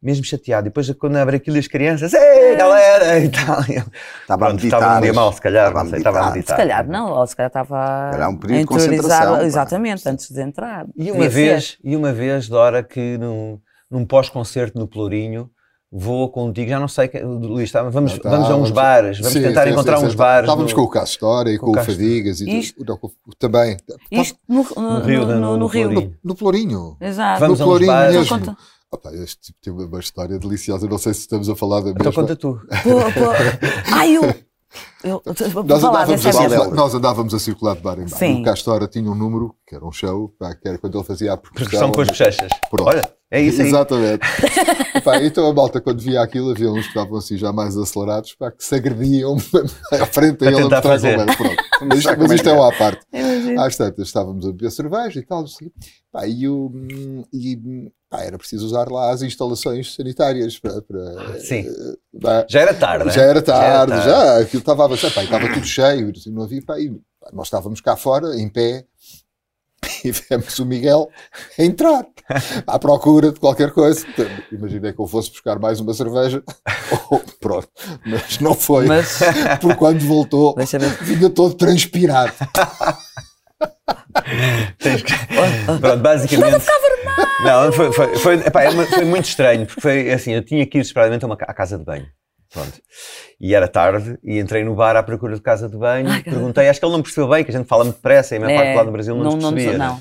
S1: Mesmo chateado. E depois, quando abre aquilo e as crianças, ei, galera! E tal. E eu-
S3: É. Estava a
S1: Pronto, estava
S3: meditar.
S1: um dia mau, se calhar,
S3: Estava a
S1: não sei, estava a
S3: meditar.
S1: meditar.
S2: Se calhar não, ou se calhar estava
S3: Era um
S2: a
S3: período de concentração,
S2: interiorizar.
S3: pá.
S2: Exatamente, antes de entrar.
S1: E uma
S2: Devia
S1: vez,
S2: ser.
S1: e uma vez, Dora, que num, num pós-concerto no Pelourinho, vou contigo, já não sei, que, Luís, tá, vamos,
S4: Tá,
S1: vamos a uns
S4: vamos-
S1: bares, vamos
S4: Sim,
S1: tentar
S4: sim,
S1: encontrar
S4: sim,
S1: uns
S4: sim.
S1: bares.
S4: Estávamos
S1: no-
S4: com o Castro História e
S1: com
S4: com
S1: o
S4: o
S1: Castro.
S4: Fadigas e tudo.
S2: Isto-
S4: Não, com- também.
S2: Isto no, no,
S1: Tá No Rio,
S2: no-
S1: não,
S2: no-
S1: no
S2: no Rio.
S1: Pelourinho.
S4: No Pelourinho.
S2: Exato.
S1: Vamos
S4: no
S1: a uns
S4: Pelourinho
S1: bares.
S4: mesmo.
S2: Então conta.
S4: Ah, pá, este tipo tem uma história deliciosa. Não sei se estamos a falar da
S1: Então
S4: mesma.
S1: conta tu.
S2: Pô, pô. Ai, eu. eu vou
S4: Nós
S2: falar
S4: andávamos,
S2: dessa
S4: a
S3: merda.
S2: vez.
S4: circular, nós andávamos a circular de bar em bar.
S2: Sim.
S4: E o Castro Hora tinha um número, que era um show, pá, que era quando ele fazia a percussão.
S1: Percussão com as bochechas.
S4: Pronto.
S1: Olha, é isso aí.
S4: Exatamente. Pá, então a malta, quando via aquilo, havia uns que estavam assim já mais acelerados, pá, que se agrediam à frente a
S1: Para
S4: ele a
S1: tentar
S4: mostrar
S1: fazer.
S4: como era. Pronto. Mas,
S3: Sabe
S4: isto-
S3: como
S4: mas
S3: é
S4: isto
S3: que
S4: é
S3: é?
S4: uma à parte.
S1: Ah,
S2: Imagina.
S4: Às tantas estávamos a beber cerveja e tal, não sei o quê. Pá, e, o, hum, e, hum, pá, era preciso usar lá as instalações sanitárias para. para-
S1: Sim.
S4: pá,
S1: Já era tarde. né?
S4: né? já era tarde,
S1: Já
S4: já,
S1: era tarde.
S4: aquilo estava a avançar, pá, e estava tudo cheio, e não havia, pá, e, pá, nós estávamos cá fora, em pé, tivemos o Miguel a entrar à procura de qualquer coisa. Portanto, Imaginei que eu fosse buscar mais uma cerveja. Oh, pronto, mas não foi.
S2: Mas
S4: Por quando voltou,
S2: deixa ver.
S4: vinha todo transpirado.
S1: Tens que- Pronto, basicamente. Não, foi, foi, foi, epá, é uma- foi muito estranho, porque foi assim, eu tinha que ir desesperadamente a uma ca- à casa de banho. Pronto. E era tarde, e entrei no bar à procura de casa de banho,
S2: Ai,
S1: perguntei, acho que ele não percebeu bem, que a gente fala muito depressa, e a maior parte
S2: É,
S1: lá do Brasil não, nos percebia. né?
S2: não.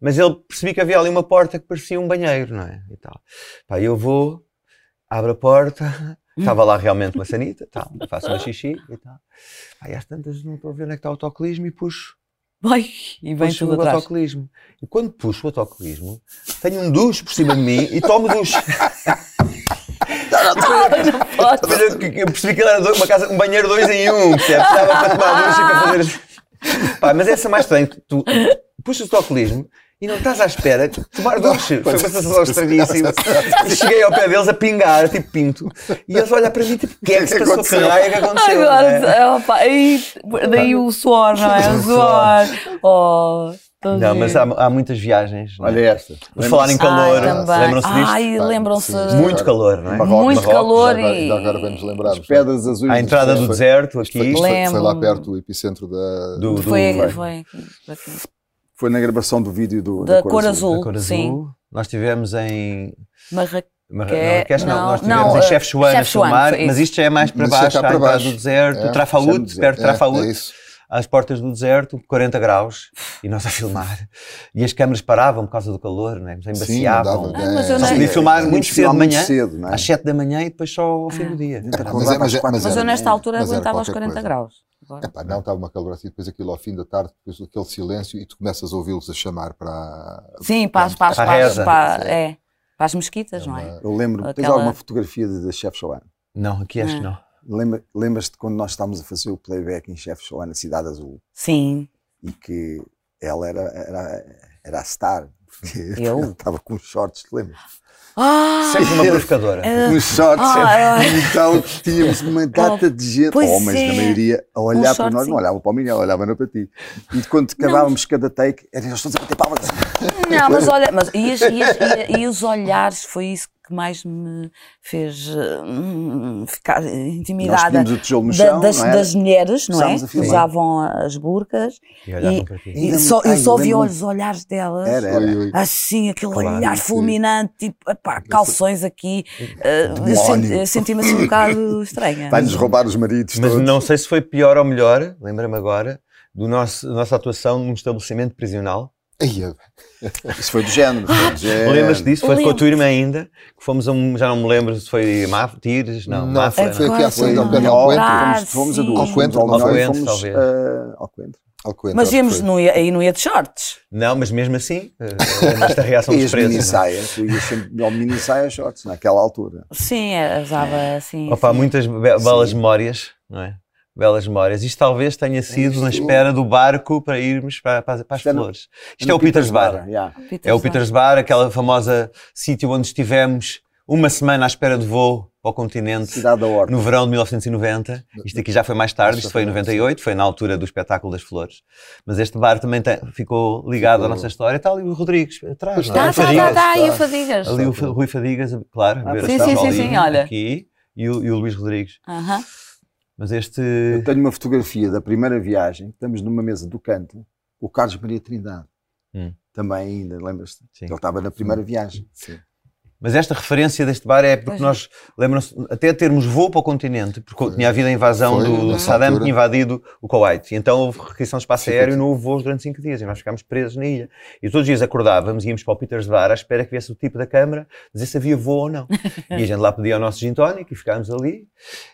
S1: Mas ele percebi que havia ali uma porta que parecia um banheiro, não é? E tal. Pá, eu vou, abro a porta,
S2: Hum.
S1: estava lá realmente uma sanita, tal, faço um xixi e tal. Pá, e às tantas não estou a ver onde é que está o autocolismo e puxo
S2: Vai, e vem
S1: puxo
S2: tudo
S1: o
S2: atrás.
S1: autocolismo. E quando puxo o autocolismo, tenho um duche por cima de mim e tomo duche.
S2: Pode.
S1: Mas eu, eu percebi que ele era dois- uma casa, um banheiro dois em um, percebes? Estava para tomar duche e para fazer... Pá, mas essa é mais estranha. Tu puxas o autocolismo e não estás à espera de tomar duche. Foi uma sensação estranhíssima. E cheguei ao pé deles a pingar, tipo pinto. E eles olham para mim, tipo, o que é que se passou? Que raio é que aconteceu?
S2: Agora,
S1: não é?
S2: é, opa, aí, daí o suor, não é? O suor. Oh, tão
S1: Não, mas há,
S2: giro.
S1: há muitas viagens. não é?
S3: Olha esta.
S1: Por falar em calor,
S2: Ai, também.
S1: lembram-se disto?
S2: Ai, lembram-se.
S4: Sim.
S1: Muito calor, não é?
S4: Marrocos,
S2: Muito
S4: Marrocos,
S2: calor
S4: já agora-
S2: e-
S4: já agora vamos lembrar.
S3: As pedras azuis.
S1: À entrada do
S4: Foi-
S1: deserto,
S4: Isto foi,
S1: aqui.
S4: isto foi-
S2: Lembro-me.
S4: foi lá perto, o epicentro da.
S1: Do, do,
S2: Foi,
S1: da
S2: foi.
S3: Foi na gravação do vídeo do,
S2: Da cor azul,
S1: cor azul.
S2: sim.
S1: Nós estivemos em.
S2: Marra-
S1: Mar-
S2: Que é-
S1: Marrakech, não,
S2: não,
S1: nós estivemos
S2: não,
S1: em
S2: eh,
S1: Chefchuan a
S2: Chefchaouen,
S1: filmar,
S2: foi
S1: mas
S2: isso.
S1: isto já é mais para
S4: Mas isto é
S1: baixo,
S4: cá
S1: à
S4: para
S1: entrada
S4: baixo.
S1: do deserto,
S4: É,
S1: Trafalut,
S3: chama-se
S1: perto de
S4: É, é
S1: Trafalut,
S4: isso.
S1: às portas do deserto, 40 graus, e nós a filmar. E as câmaras paravam por causa do calor, não é? Nos
S4: Sim, não dava.
S1: embaciavam.
S2: Ah, mas eu
S1: Nós
S2: não-
S1: podíamos filmar muito cedo de
S3: muito
S1: manhã,
S3: cedo, não é?
S1: às 7 da manhã e depois só ao fim
S2: Ah.
S1: do dia.
S3: Mas é-
S1: Acordava
S3: mas
S1: às
S3: é-
S1: quatro.
S4: mas
S2: Mas eu
S4: era-
S2: nesta altura
S4: mas era
S2: aguentava aos
S4: qualquer
S2: 40
S4: coisa.
S2: graus. Agora.
S4: Epá, não, estava uma calor assim, depois aquilo ao fim da tarde, depois aquele silêncio e tu começas a ouvi-los a chamar para.
S2: Sim, para as, para as,
S1: Para a
S2: para as,
S1: reza.
S2: para, é, para as mesquitas, não é?
S4: uma-
S3: Eu lembro, tens
S2: Aquela-
S3: alguma fotografia de- da Chef Showan?
S1: Não, aqui acho que
S2: Ah.
S1: não.
S3: Lembra- Lembras-te quando nós estávamos a fazer o playback em Chef Showan na Cidade Azul
S2: Sim,
S3: e que ela era, era, era a star? Porque
S2: Eu?
S3: ela estava com os shorts, te lembras?
S2: Ah,
S1: Sempre uma provocadora.
S3: Uns shorts.
S2: Ah,
S3: então tínhamos uma data de gente,
S2: Pois
S3: homens na
S2: é.
S3: maioria, a olhar para nós,
S2: shortzinho.
S3: não olhavam para o Miguel, olhavam para ti. E quando acabávamos cada take, eram eles todos a bater palmas.
S2: não, mas olha, mas e, as- e as- e a- e os olhares foi isso que mais me fez eh, hum, ficar
S3: Nós
S2: intimidada
S3: tínhamos o tijolo no
S2: da-
S3: chão,
S2: das,
S3: não é?
S2: das mulheres, não é?
S3: Começámos a
S2: Que
S3: filmar.
S2: usavam as burcas
S1: E olhavam para ti.
S2: e
S3: Ainda me-
S2: só, eu
S3: ai,
S2: só vi
S3: lembro-me.
S2: os olhares delas.
S3: Era, era.
S4: Oi, oi.
S2: Assim, aquele
S1: Claro,
S2: olhar
S4: sim.
S2: fulminante, tipo, epá, calções aqui. eh, eu
S3: é Demónio.
S2: senti- eu senti-me assim um bocado estranha.
S3: Vai-nos roubar os maridos
S1: Mas
S3: todos.
S1: não sei se foi pior ou melhor, lembra-me agora, do nosso, da nossa atuação num estabelecimento prisional.
S4: Ai, é-
S3: Isso foi do género.
S2: Ah.
S3: é- foi do género.
S1: Lembras-te disso? Foi com a
S2: Lembro.
S1: tua irmã ainda, que fomos a um, já não me lembro se foi Maf- Tires, não,
S4: Não,
S1: Mafra,
S4: foi
S1: não.
S4: aqui à frente, ao pé de
S3: Ao
S4: Alcoentre.
S2: Ah,
S3: Fomos, fomos a
S2: sim.
S3: duas.
S4: Alcoentre,
S3: fomos ao
S1: Alcoentre,
S3: Alcoentre, fomos ah,
S1: talvez.
S3: a Alcoentre.
S4: Alcoentre,
S2: Mas
S4: acho que
S2: íamos,
S4: foi.
S2: não ia, aí não ia de shorts.
S1: Não, mas mesmo assim, eh, esta reação
S3: E
S1: dos
S3: as mini
S1: presos. não é?
S3: saias, tu ias sempre ao mini saia shorts naquela altura.
S2: Sim, é, usava assim.
S1: Opa,
S2: sim.
S1: muitas be-
S3: Sim.
S1: belas memórias, não é? Belas memórias. Isto talvez tenha sido na
S3: isto-
S1: espera do barco para irmos para, para, as- para as
S3: Isto é no-
S1: flores. Isto é o Peters Bar.
S3: yeah.
S1: É o
S2: Bar.
S1: Peters Bar, aquela famosa sítio onde estivemos uma semana à espera de voo ao continente.
S3: Cidade da Horta.
S1: No verão de 1990, isto aqui já foi mais tarde, isto foi em 98, foi na altura do espetáculo das flores. Mas este bar também tem- ficou ligado à nossa história. Está ali o Rodrigues, atrás,
S4: Pois
S1: não é?
S2: Tá,
S1: O
S2: tá,
S1: Fadigas.
S2: tá, tá, e o
S4: está.
S2: Fadigas.
S1: Ali o Fa- Rui Fadigas, claro,
S3: Ah,
S1: ver
S3: sim,
S1: esta
S3: sim, sim,
S1: bolinha
S2: sim, olha.
S1: aqui e o, e o Luís Rodrigues.
S2: Aham.
S1: Mas
S3: Eu
S1: este.
S3: tenho uma fotografia da primeira viagem, estamos numa mesa do canto, o Carlos Maria Trindade.
S1: Hum.
S3: Também ainda, lembras-te?
S1: Sim.
S3: Ele estava na primeira viagem.
S4: Sim.
S1: Mas esta referência deste bar é porque
S2: Pois
S1: nós lembram-se até termos voo para o continente, porque tinha havido a invasão
S4: Foi,
S1: do
S4: nessa
S1: Saddam
S4: altura.
S1: tinha invadido o Kuwait. E então houve requisição de espaço
S4: Cinco
S1: aéreo e não houve voos durante cinco dias. E nós ficámos presos na ilha. E todos os dias acordávamos, íamos para o Peters Bar à espera que viesse o tipo da câmara dizer se havia voo ou não. E a gente lá pedia o nosso gin tónico e ficámos ali.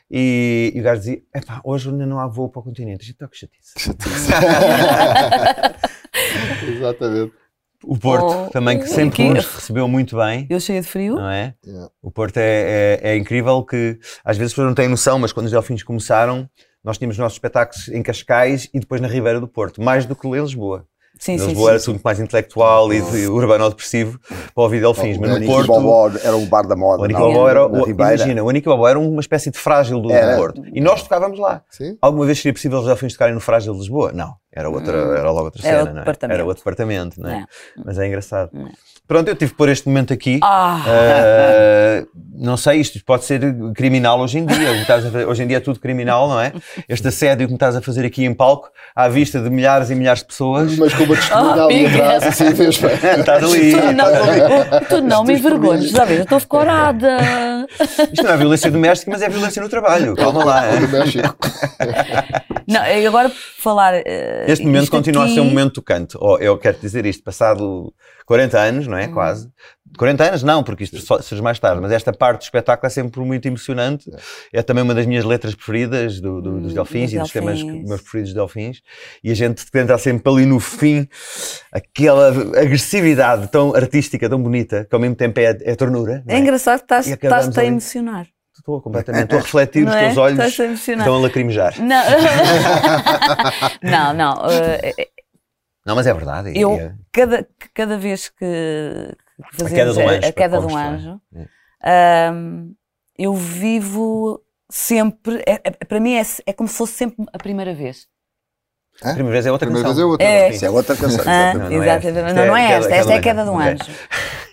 S1: E, e o gajo dizia: Epá, hoje ainda não há voo para o continente. A gente está que chatice.
S4: Exatamente.
S1: O Porto
S2: Oh,
S1: também, que
S2: oh,
S1: sempre
S2: que-
S1: nos recebeu muito bem.
S2: Eu cheia de frio.
S1: Não é?
S4: Yeah.
S1: O Porto é, é- é incrível que às vezes as pessoas não têm noção, mas quando os Delfins começaram, nós tínhamos os nossos espetáculos em Cascais e depois na Ribeira do Porto, mais do que em Lisboa.
S2: Sim,
S1: Em
S2: sim,
S1: Lisboa era
S2: sim.
S1: tudo muito mais intelectual e de- urbano-depressivo para ouvir Delfins, mas no
S4: Nicky
S1: Porto...
S3: Bobó era o bar da moda.
S1: O Aníbal
S3: não? é?
S1: Bobó era,
S3: Na
S1: o-
S3: Ribeira.
S1: imagina, o Aníbal Bobó era uma espécie de frágil do
S3: Era.
S1: Porto. E nós tocávamos lá.
S4: Sim?
S1: Alguma vez seria possível os Delfins tocarem no Frágil de Lisboa? Não, era, outra,
S3: Hum.
S1: era logo outra
S2: Era
S1: cena,
S2: outro
S1: não é?
S2: departamento.
S1: Era outro departamento, não é?
S2: É.
S1: Mas é engraçado.
S2: É.
S1: Pronto, eu tive que pôr este momento aqui.
S2: Ah,
S1: Ah, não sei, isto pode ser criminal hoje em dia. O que estás a fazer- hoje em dia é tudo criminal, não é? Este assédio que me estás a fazer aqui em palco, à vista de milhares e milhares de pessoas,
S4: Mas com uma testemunha ali
S2: pica.
S4: atrás, assim, vês bem.
S1: estás ali.
S2: tu não, é tu não me envergonhas, já vês, eu estou corada.
S1: Isto não é violência doméstica, mas é violência no trabalho. Calma lá.
S4: Ou do
S1: é?
S4: México.
S2: Não, e agora por falar. eh,
S1: Este momento
S2: isto
S1: continua
S2: aqui-
S1: a ser um momento tocante. Oh, eu quero dizer isto, passado 40 anos, não é?
S2: Hum.
S1: Quase. 40 anos não, porque isto só surge mais tarde, mas esta parte do espetáculo é sempre muito emocionante. É também uma das minhas letras preferidas do- do- dos
S2: Hum,
S1: Delfins
S2: dos
S1: e dos temas que-
S2: Delfins.
S1: meus preferidos dos Delfins. E a gente tenta sempre ali no fim aquela agressividade tão artística, tão bonita, que ao mesmo tempo é, é ternura. não
S2: É
S1: é?
S2: engraçado que estás-
S1: E acabamos
S2: estás-te a
S1: ali.
S2: emocionar.
S1: Estou completamente, estou a refletir, os
S2: Não é?
S1: teus olhos então-
S2: Estás a emocionar.
S1: estão a lacrimejar.
S2: Não, não. não eh,
S1: Não, mas é verdade. e-
S2: Eu-
S1: e é-
S2: cada, cada vez que, que fazemos
S1: queda de um anjo,
S2: a queda de um
S1: para
S2: anjo,
S1: É.
S2: ahm, eu vivo sempre. é- é- para mim é, é como se fosse sempre a primeira vez.
S1: A primeira vez é outra
S4: Primeira
S1: canção.
S4: vez é outra.
S2: É.
S1: Sim.
S3: Isso é outra canção.
S2: Ah,
S1: não é
S2: exatamente.
S1: esta.
S2: Não, não é
S1: Isto é
S2: esta. Esta é a
S1: aquela-
S2: queda de um
S1: aquela-
S2: anjo.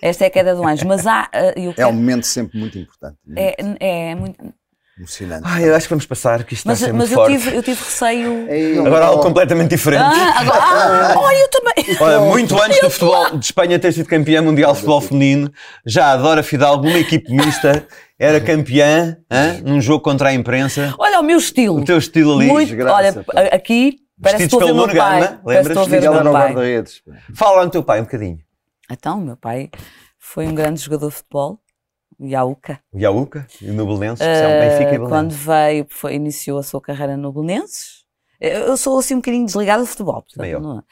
S2: Esta é a queda de um anjo. Mas há. ah, eu
S3: É um
S2: quero-
S3: momento sempre muito importante. Muito
S2: é, é muito.
S3: emocionante.
S1: Ai, Ah, eu acho que vamos passar, que isto
S2: Mas,
S1: está a ser
S2: mas
S1: muito
S2: eu,
S1: forte.
S2: tive, eu tive receio.
S1: Agora algo completamente diferente.
S2: Ah, agora, ah, olha, eu também.
S1: Olha, muito antes do futebol de Espanha ter sido campeã mundial de futebol feminino, já a Dora Fidalgo, uma equipe mista, era campeã hã, num jogo contra a imprensa.
S2: Olha o meu estilo.
S1: O teu estilo ali.
S2: muito,
S3: desgraça,
S2: olha,
S3: pá.
S2: a- aqui
S1: Vestidos
S2: parece que estou a ver o
S1: pelo
S2: meu
S1: Nuno
S2: pai.
S1: Gama,
S2: Parece que estou a
S1: lembras-te?
S2: ver
S3: Miguel
S2: o
S3: era
S2: meu
S3: o
S2: pai.
S3: guarda-redes. pá.
S1: Fala lá no teu pai um bocadinho.
S2: Então, o meu pai foi um grande jogador de futebol, Iauca.
S1: O Iauca e o Nubelense, que são é um Benfica e Belenenses.
S2: Ah, quando veio, foi, iniciou a sua carreira no Belenenses. Eu eu sou assim um bocadinho desligada do futebol, portanto,
S1: Também eu.
S2: não-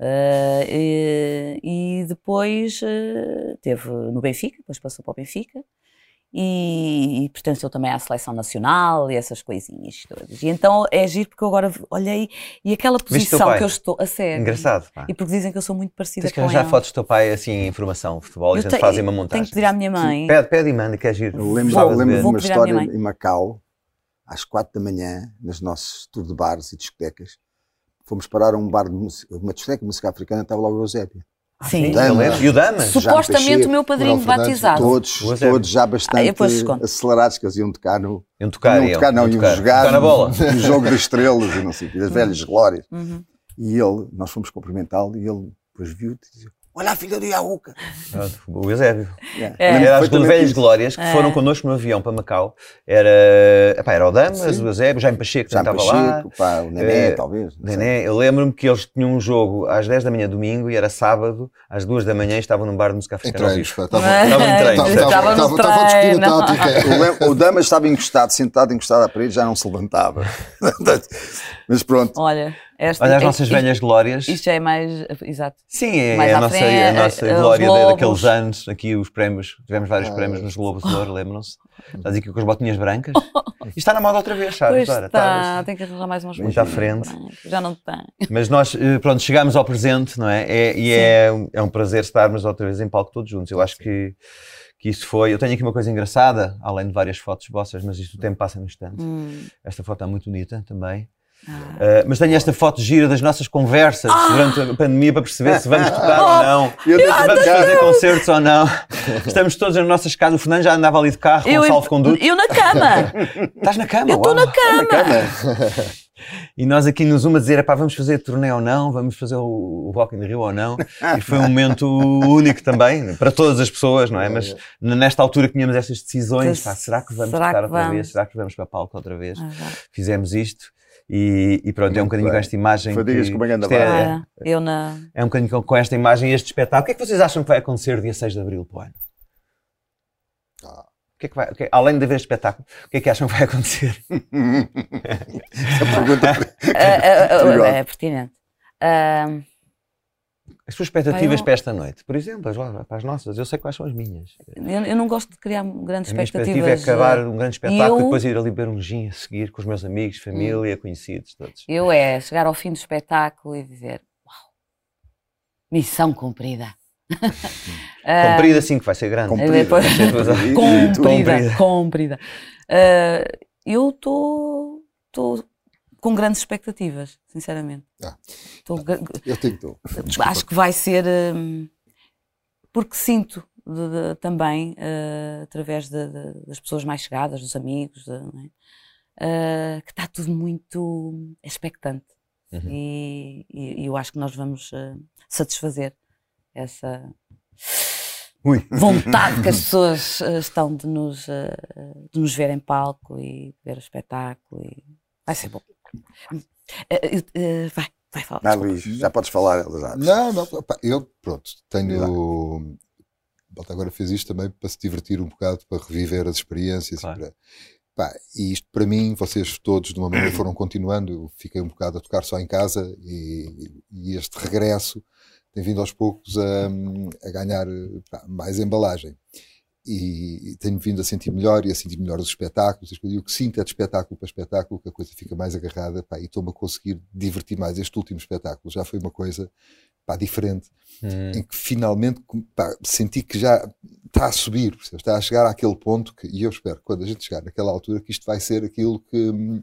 S2: Eh, e, e depois eh, teve no Benfica, depois passou para o Benfica e, e pertenceu também à seleção nacional e essas coisinhas todas. E então é giro porque eu agora olhei e aquela
S1: teu
S2: posição
S1: pai?
S2: que eu estou a sério.
S1: Engraçado. Pá.
S2: é E porque dizem que eu sou muito parecida
S1: Tens que
S2: com
S1: arranjar
S2: ele.
S1: fotos do teu pai assim em formação, futebol, e a
S2: Eu
S1: gente
S2: te-
S1: faz aí uma
S2: Tenho
S1: montagem.
S2: que pedir à minha mãe.
S1: Pede, pede e manda, que é giro.
S3: Eu lembro,
S1: Gostava de
S3: lembro
S1: ver.
S3: de
S2: Vou
S3: uma
S2: pedir à minha
S3: história
S2: mãe.
S3: em Macau, às quatro da manhã, nos nossos tour de bares e discotecas. Fomos parar a um bar de música, uma discoteca de música africana, estava logo o Eusébio.
S2: Sim.
S1: Eu lembro. E o Damas?
S3: Su-
S2: Supostamente
S3: Peixeiro,
S2: o meu padrinho
S4: Manuel Fernandes,
S2: batizado.
S3: Todos,
S1: O Eusébio.
S3: todos já
S2: Ah,
S3: bastante
S2: eu depois desconto.
S3: acelerados, que eles iam tocar no.
S1: Iam tocar,
S3: não
S1: iam,
S3: tocar, não,
S1: iam
S3: iam
S1: tocar.
S3: jogar.
S1: Tocar na
S3: no-
S1: bola.
S3: No jogo das estrelas e não sei o quê,
S2: Hum.
S3: das velhas glórias.
S2: Uhum.
S3: E ele, nós fomos cumprimentá-lo e ele depois viu-te e disse: Olha a filha do Iaúca.
S1: Pronto, Ah, o Eusébio.
S3: Yeah.
S2: É.
S3: Lembro
S1: Era as
S3: perfeitamente
S1: velhas
S3: disso.
S1: glórias que foram connosco no avião para Macau. Era, epá, era o Damas,
S4: Sim.
S1: o Eusébio, o Jaime Pacheco que
S3: Já
S1: estava lá.
S3: Pacheco, pá, o Nené,
S1: Eh,
S3: talvez. não sei.
S1: Nené, eu lembro-me que eles tinham um jogo às 10 da manhã domingo e era sábado, às 2 da manhã e estavam num bar de música
S4: Em
S1: africana ao
S4: treinos,
S1: vivo.
S4: pá. Estavam
S1: Estava em treino,
S4: estavam-
S2: Estava no
S4: estavam- estavam a discutir
S2: treino.
S4: a tática.
S3: Eu lembro- o Damas estava encostado, sentado encostado à parede, já não se levantava. Mas pronto,
S2: Olha, esta,
S1: Olha as
S2: isto-
S1: nossas
S2: isto-
S1: velhas glórias.
S2: É Isto já é mais. Exato.
S1: Sim, é
S2: Mais
S1: a
S2: à
S1: nossa,
S2: frente,
S1: a nossa
S2: eh, os
S1: glória da-
S2: Globos.
S1: daqueles anos. Aqui os prémios, tivemos vários prémios nos Globos de Ouro, lembram-se? Estás aqui com as botinhas brancas. Isto está na moda outra vez, tá, sabes?
S2: Pois
S1: Ora,
S2: está, tem que arranjar mais umas
S1: assim. Muito à
S2: coisas.
S1: frente.
S2: Já não tem.
S1: Mas nós, eh, pronto, chegámos ao presente, não é? É- e é, um- é um prazer estarmos outra vez em palco todos juntos. Eu acho que, que isso foi. Eu tenho aqui uma coisa engraçada, além de várias fotos vossas, mas isto o tempo passa no instante.
S2: Hum.
S1: Esta foto está muito bonita também.
S2: Ah.
S1: Eh, mas tenho esta foto gira das nossas conversas durante a pandemia para perceber se vamos tocar
S2: Oh,
S1: ou não.
S3: Eu
S1: se
S2: Ah,
S3: adoro.
S1: vamos fazer concertos ou não. Estamos todos nas nossas casas. O Fernando já andava ali de carro com um
S2: Eu,
S1: o salvo conduto.
S2: eu na cama!
S1: Estás na cama,
S2: eu estou
S1: uau.
S2: na cama!
S1: E nós aqui no Zoom a dizer, "Epá, vamos fazer turnê ou não, vamos fazer o o Rock in Rio ou não. E foi um momento único também, para todas as pessoas, não é? Mas n- nesta altura que tínhamos estas decisões,
S2: Pois,
S1: pá, será que vamos
S2: será
S1: tocar
S2: que
S1: outra
S2: vamos?
S1: vez? Será que vamos para palco outra vez?
S2: Ah, já.
S1: Fizemos isto e, e pronto, é um
S3: Muito
S1: bocadinho
S3: bem.
S1: com esta imagem.
S3: Fadigas
S1: que-
S3: com uma grande
S1: isto é,
S2: Ah, eu na.
S1: é um bocadinho com, com esta imagem e este espetáculo. O que é que vocês acham que vai acontecer dia 6 de Abril para o ano?
S4: Ah.
S1: O que é que vai, o que é- além de haver espetáculo, o que é que acham que vai acontecer?
S3: Essa pergunta.
S2: Ah, ah, ah,
S3: Obrigado.
S2: é pertinente. Ah,
S1: As suas expectativas
S2: Pá, eu-
S1: para esta noite? Por exemplo, as, lá- para as nossas, eu sei quais são as minhas.
S2: eu, eu não gosto de criar grandes
S1: A minha
S2: expectativas.
S1: expectativa é acabar
S2: ah,
S1: um grande espetáculo
S2: eu- Hum.
S1: e depois ir ali beber um gin a seguir com os meus amigos, família, conhecidos, todos.
S2: Eu é chegar ao fim do espetáculo e dizer: Uau, Missão cumprida.
S1: Comprido assim que vai ser grande.
S3: Comprido.
S2: Depois-
S1: Comprido.
S2: Comprida, comprida. Ah, eu estou com grandes expectativas, sinceramente.
S4: Ah.
S2: Tô gra-
S4: Eu tenho que
S2: acho que vai ser hum, porque sinto de- de- também eh, através de- de- das pessoas mais chegadas, dos amigos, de- não é? Eh, que está tudo muito expectante
S1: Uhum.
S2: e, e- e eu acho que nós vamos eh, satisfazer essa
S1: Ui.
S2: vontade que as pessoas eh, estão de nos, eh, de nos ver em palco e ver o espetáculo e vai ser bom. Eh, eh, eh, vai, vai falar.
S3: Ah,
S2: desculpa.
S3: Luís, já podes falar, ela já.
S4: Não, não, pá, eu, pronto, tenho. Malta agora fez isto também para se divertir um bocado, para reviver as experiências.
S1: Claro.
S4: E, para- pá, e isto para mim, vocês todos de uma maneira foram continuando, eu fiquei um bocado a tocar só em casa e, e este regresso tem vindo aos poucos a, a ganhar pá, mais embalagem. E tenho vindo a sentir melhor e a sentir melhor os espetáculos. as coisas. E o que sinto é de espetáculo para espetáculo que a coisa fica mais agarrada pá, e estou-me a conseguir divertir mais. Este último espetáculo já foi uma coisa pá, diferente
S1: Hum.
S4: em que finalmente pá, senti que já está a subir, percebes? está a chegar àquele ponto que, e eu espero que quando a gente chegar naquela altura que isto vai ser aquilo que, hum,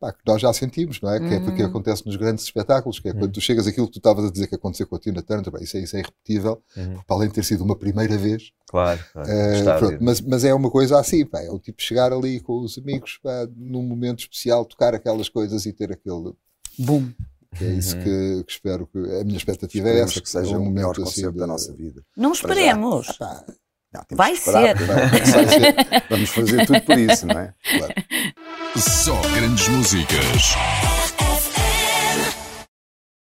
S4: pá, que nós já sentimos, não é? Que é porque
S2: Uhum.
S4: acontece nos grandes espetáculos, que é
S3: Uhum.
S4: quando tu chegas aquilo que tu estavas a dizer que aconteceu com a Tina Turner, pá, isso, é, isso é irrepetível,
S1: Uhum.
S4: para além de ter sido uma primeira vez,
S1: Claro, claro.
S4: eh,
S1: Está a
S4: pronto,
S1: ver.
S4: mas, mas é uma coisa assim, pá, é o tipo chegar ali com os amigos pá, num momento especial, tocar aquelas coisas e ter aquele
S2: Boom.
S4: que é isso que, que espero que a minha expectativa é
S3: Uhum. Esperemos
S4: essa
S3: que seja
S4: um
S3: o melhor
S4: momento assim
S3: concerto
S4: de-
S3: da nossa vida.
S2: Não
S3: Para já.
S2: esperemos.
S4: Pá,
S3: Não, temos
S2: Vai
S3: que
S2: ser.
S3: esperar, porque vai- vai é? ser. Vamos fazer tudo por isso, não é?
S4: claro.
S5: Só grandes músicas.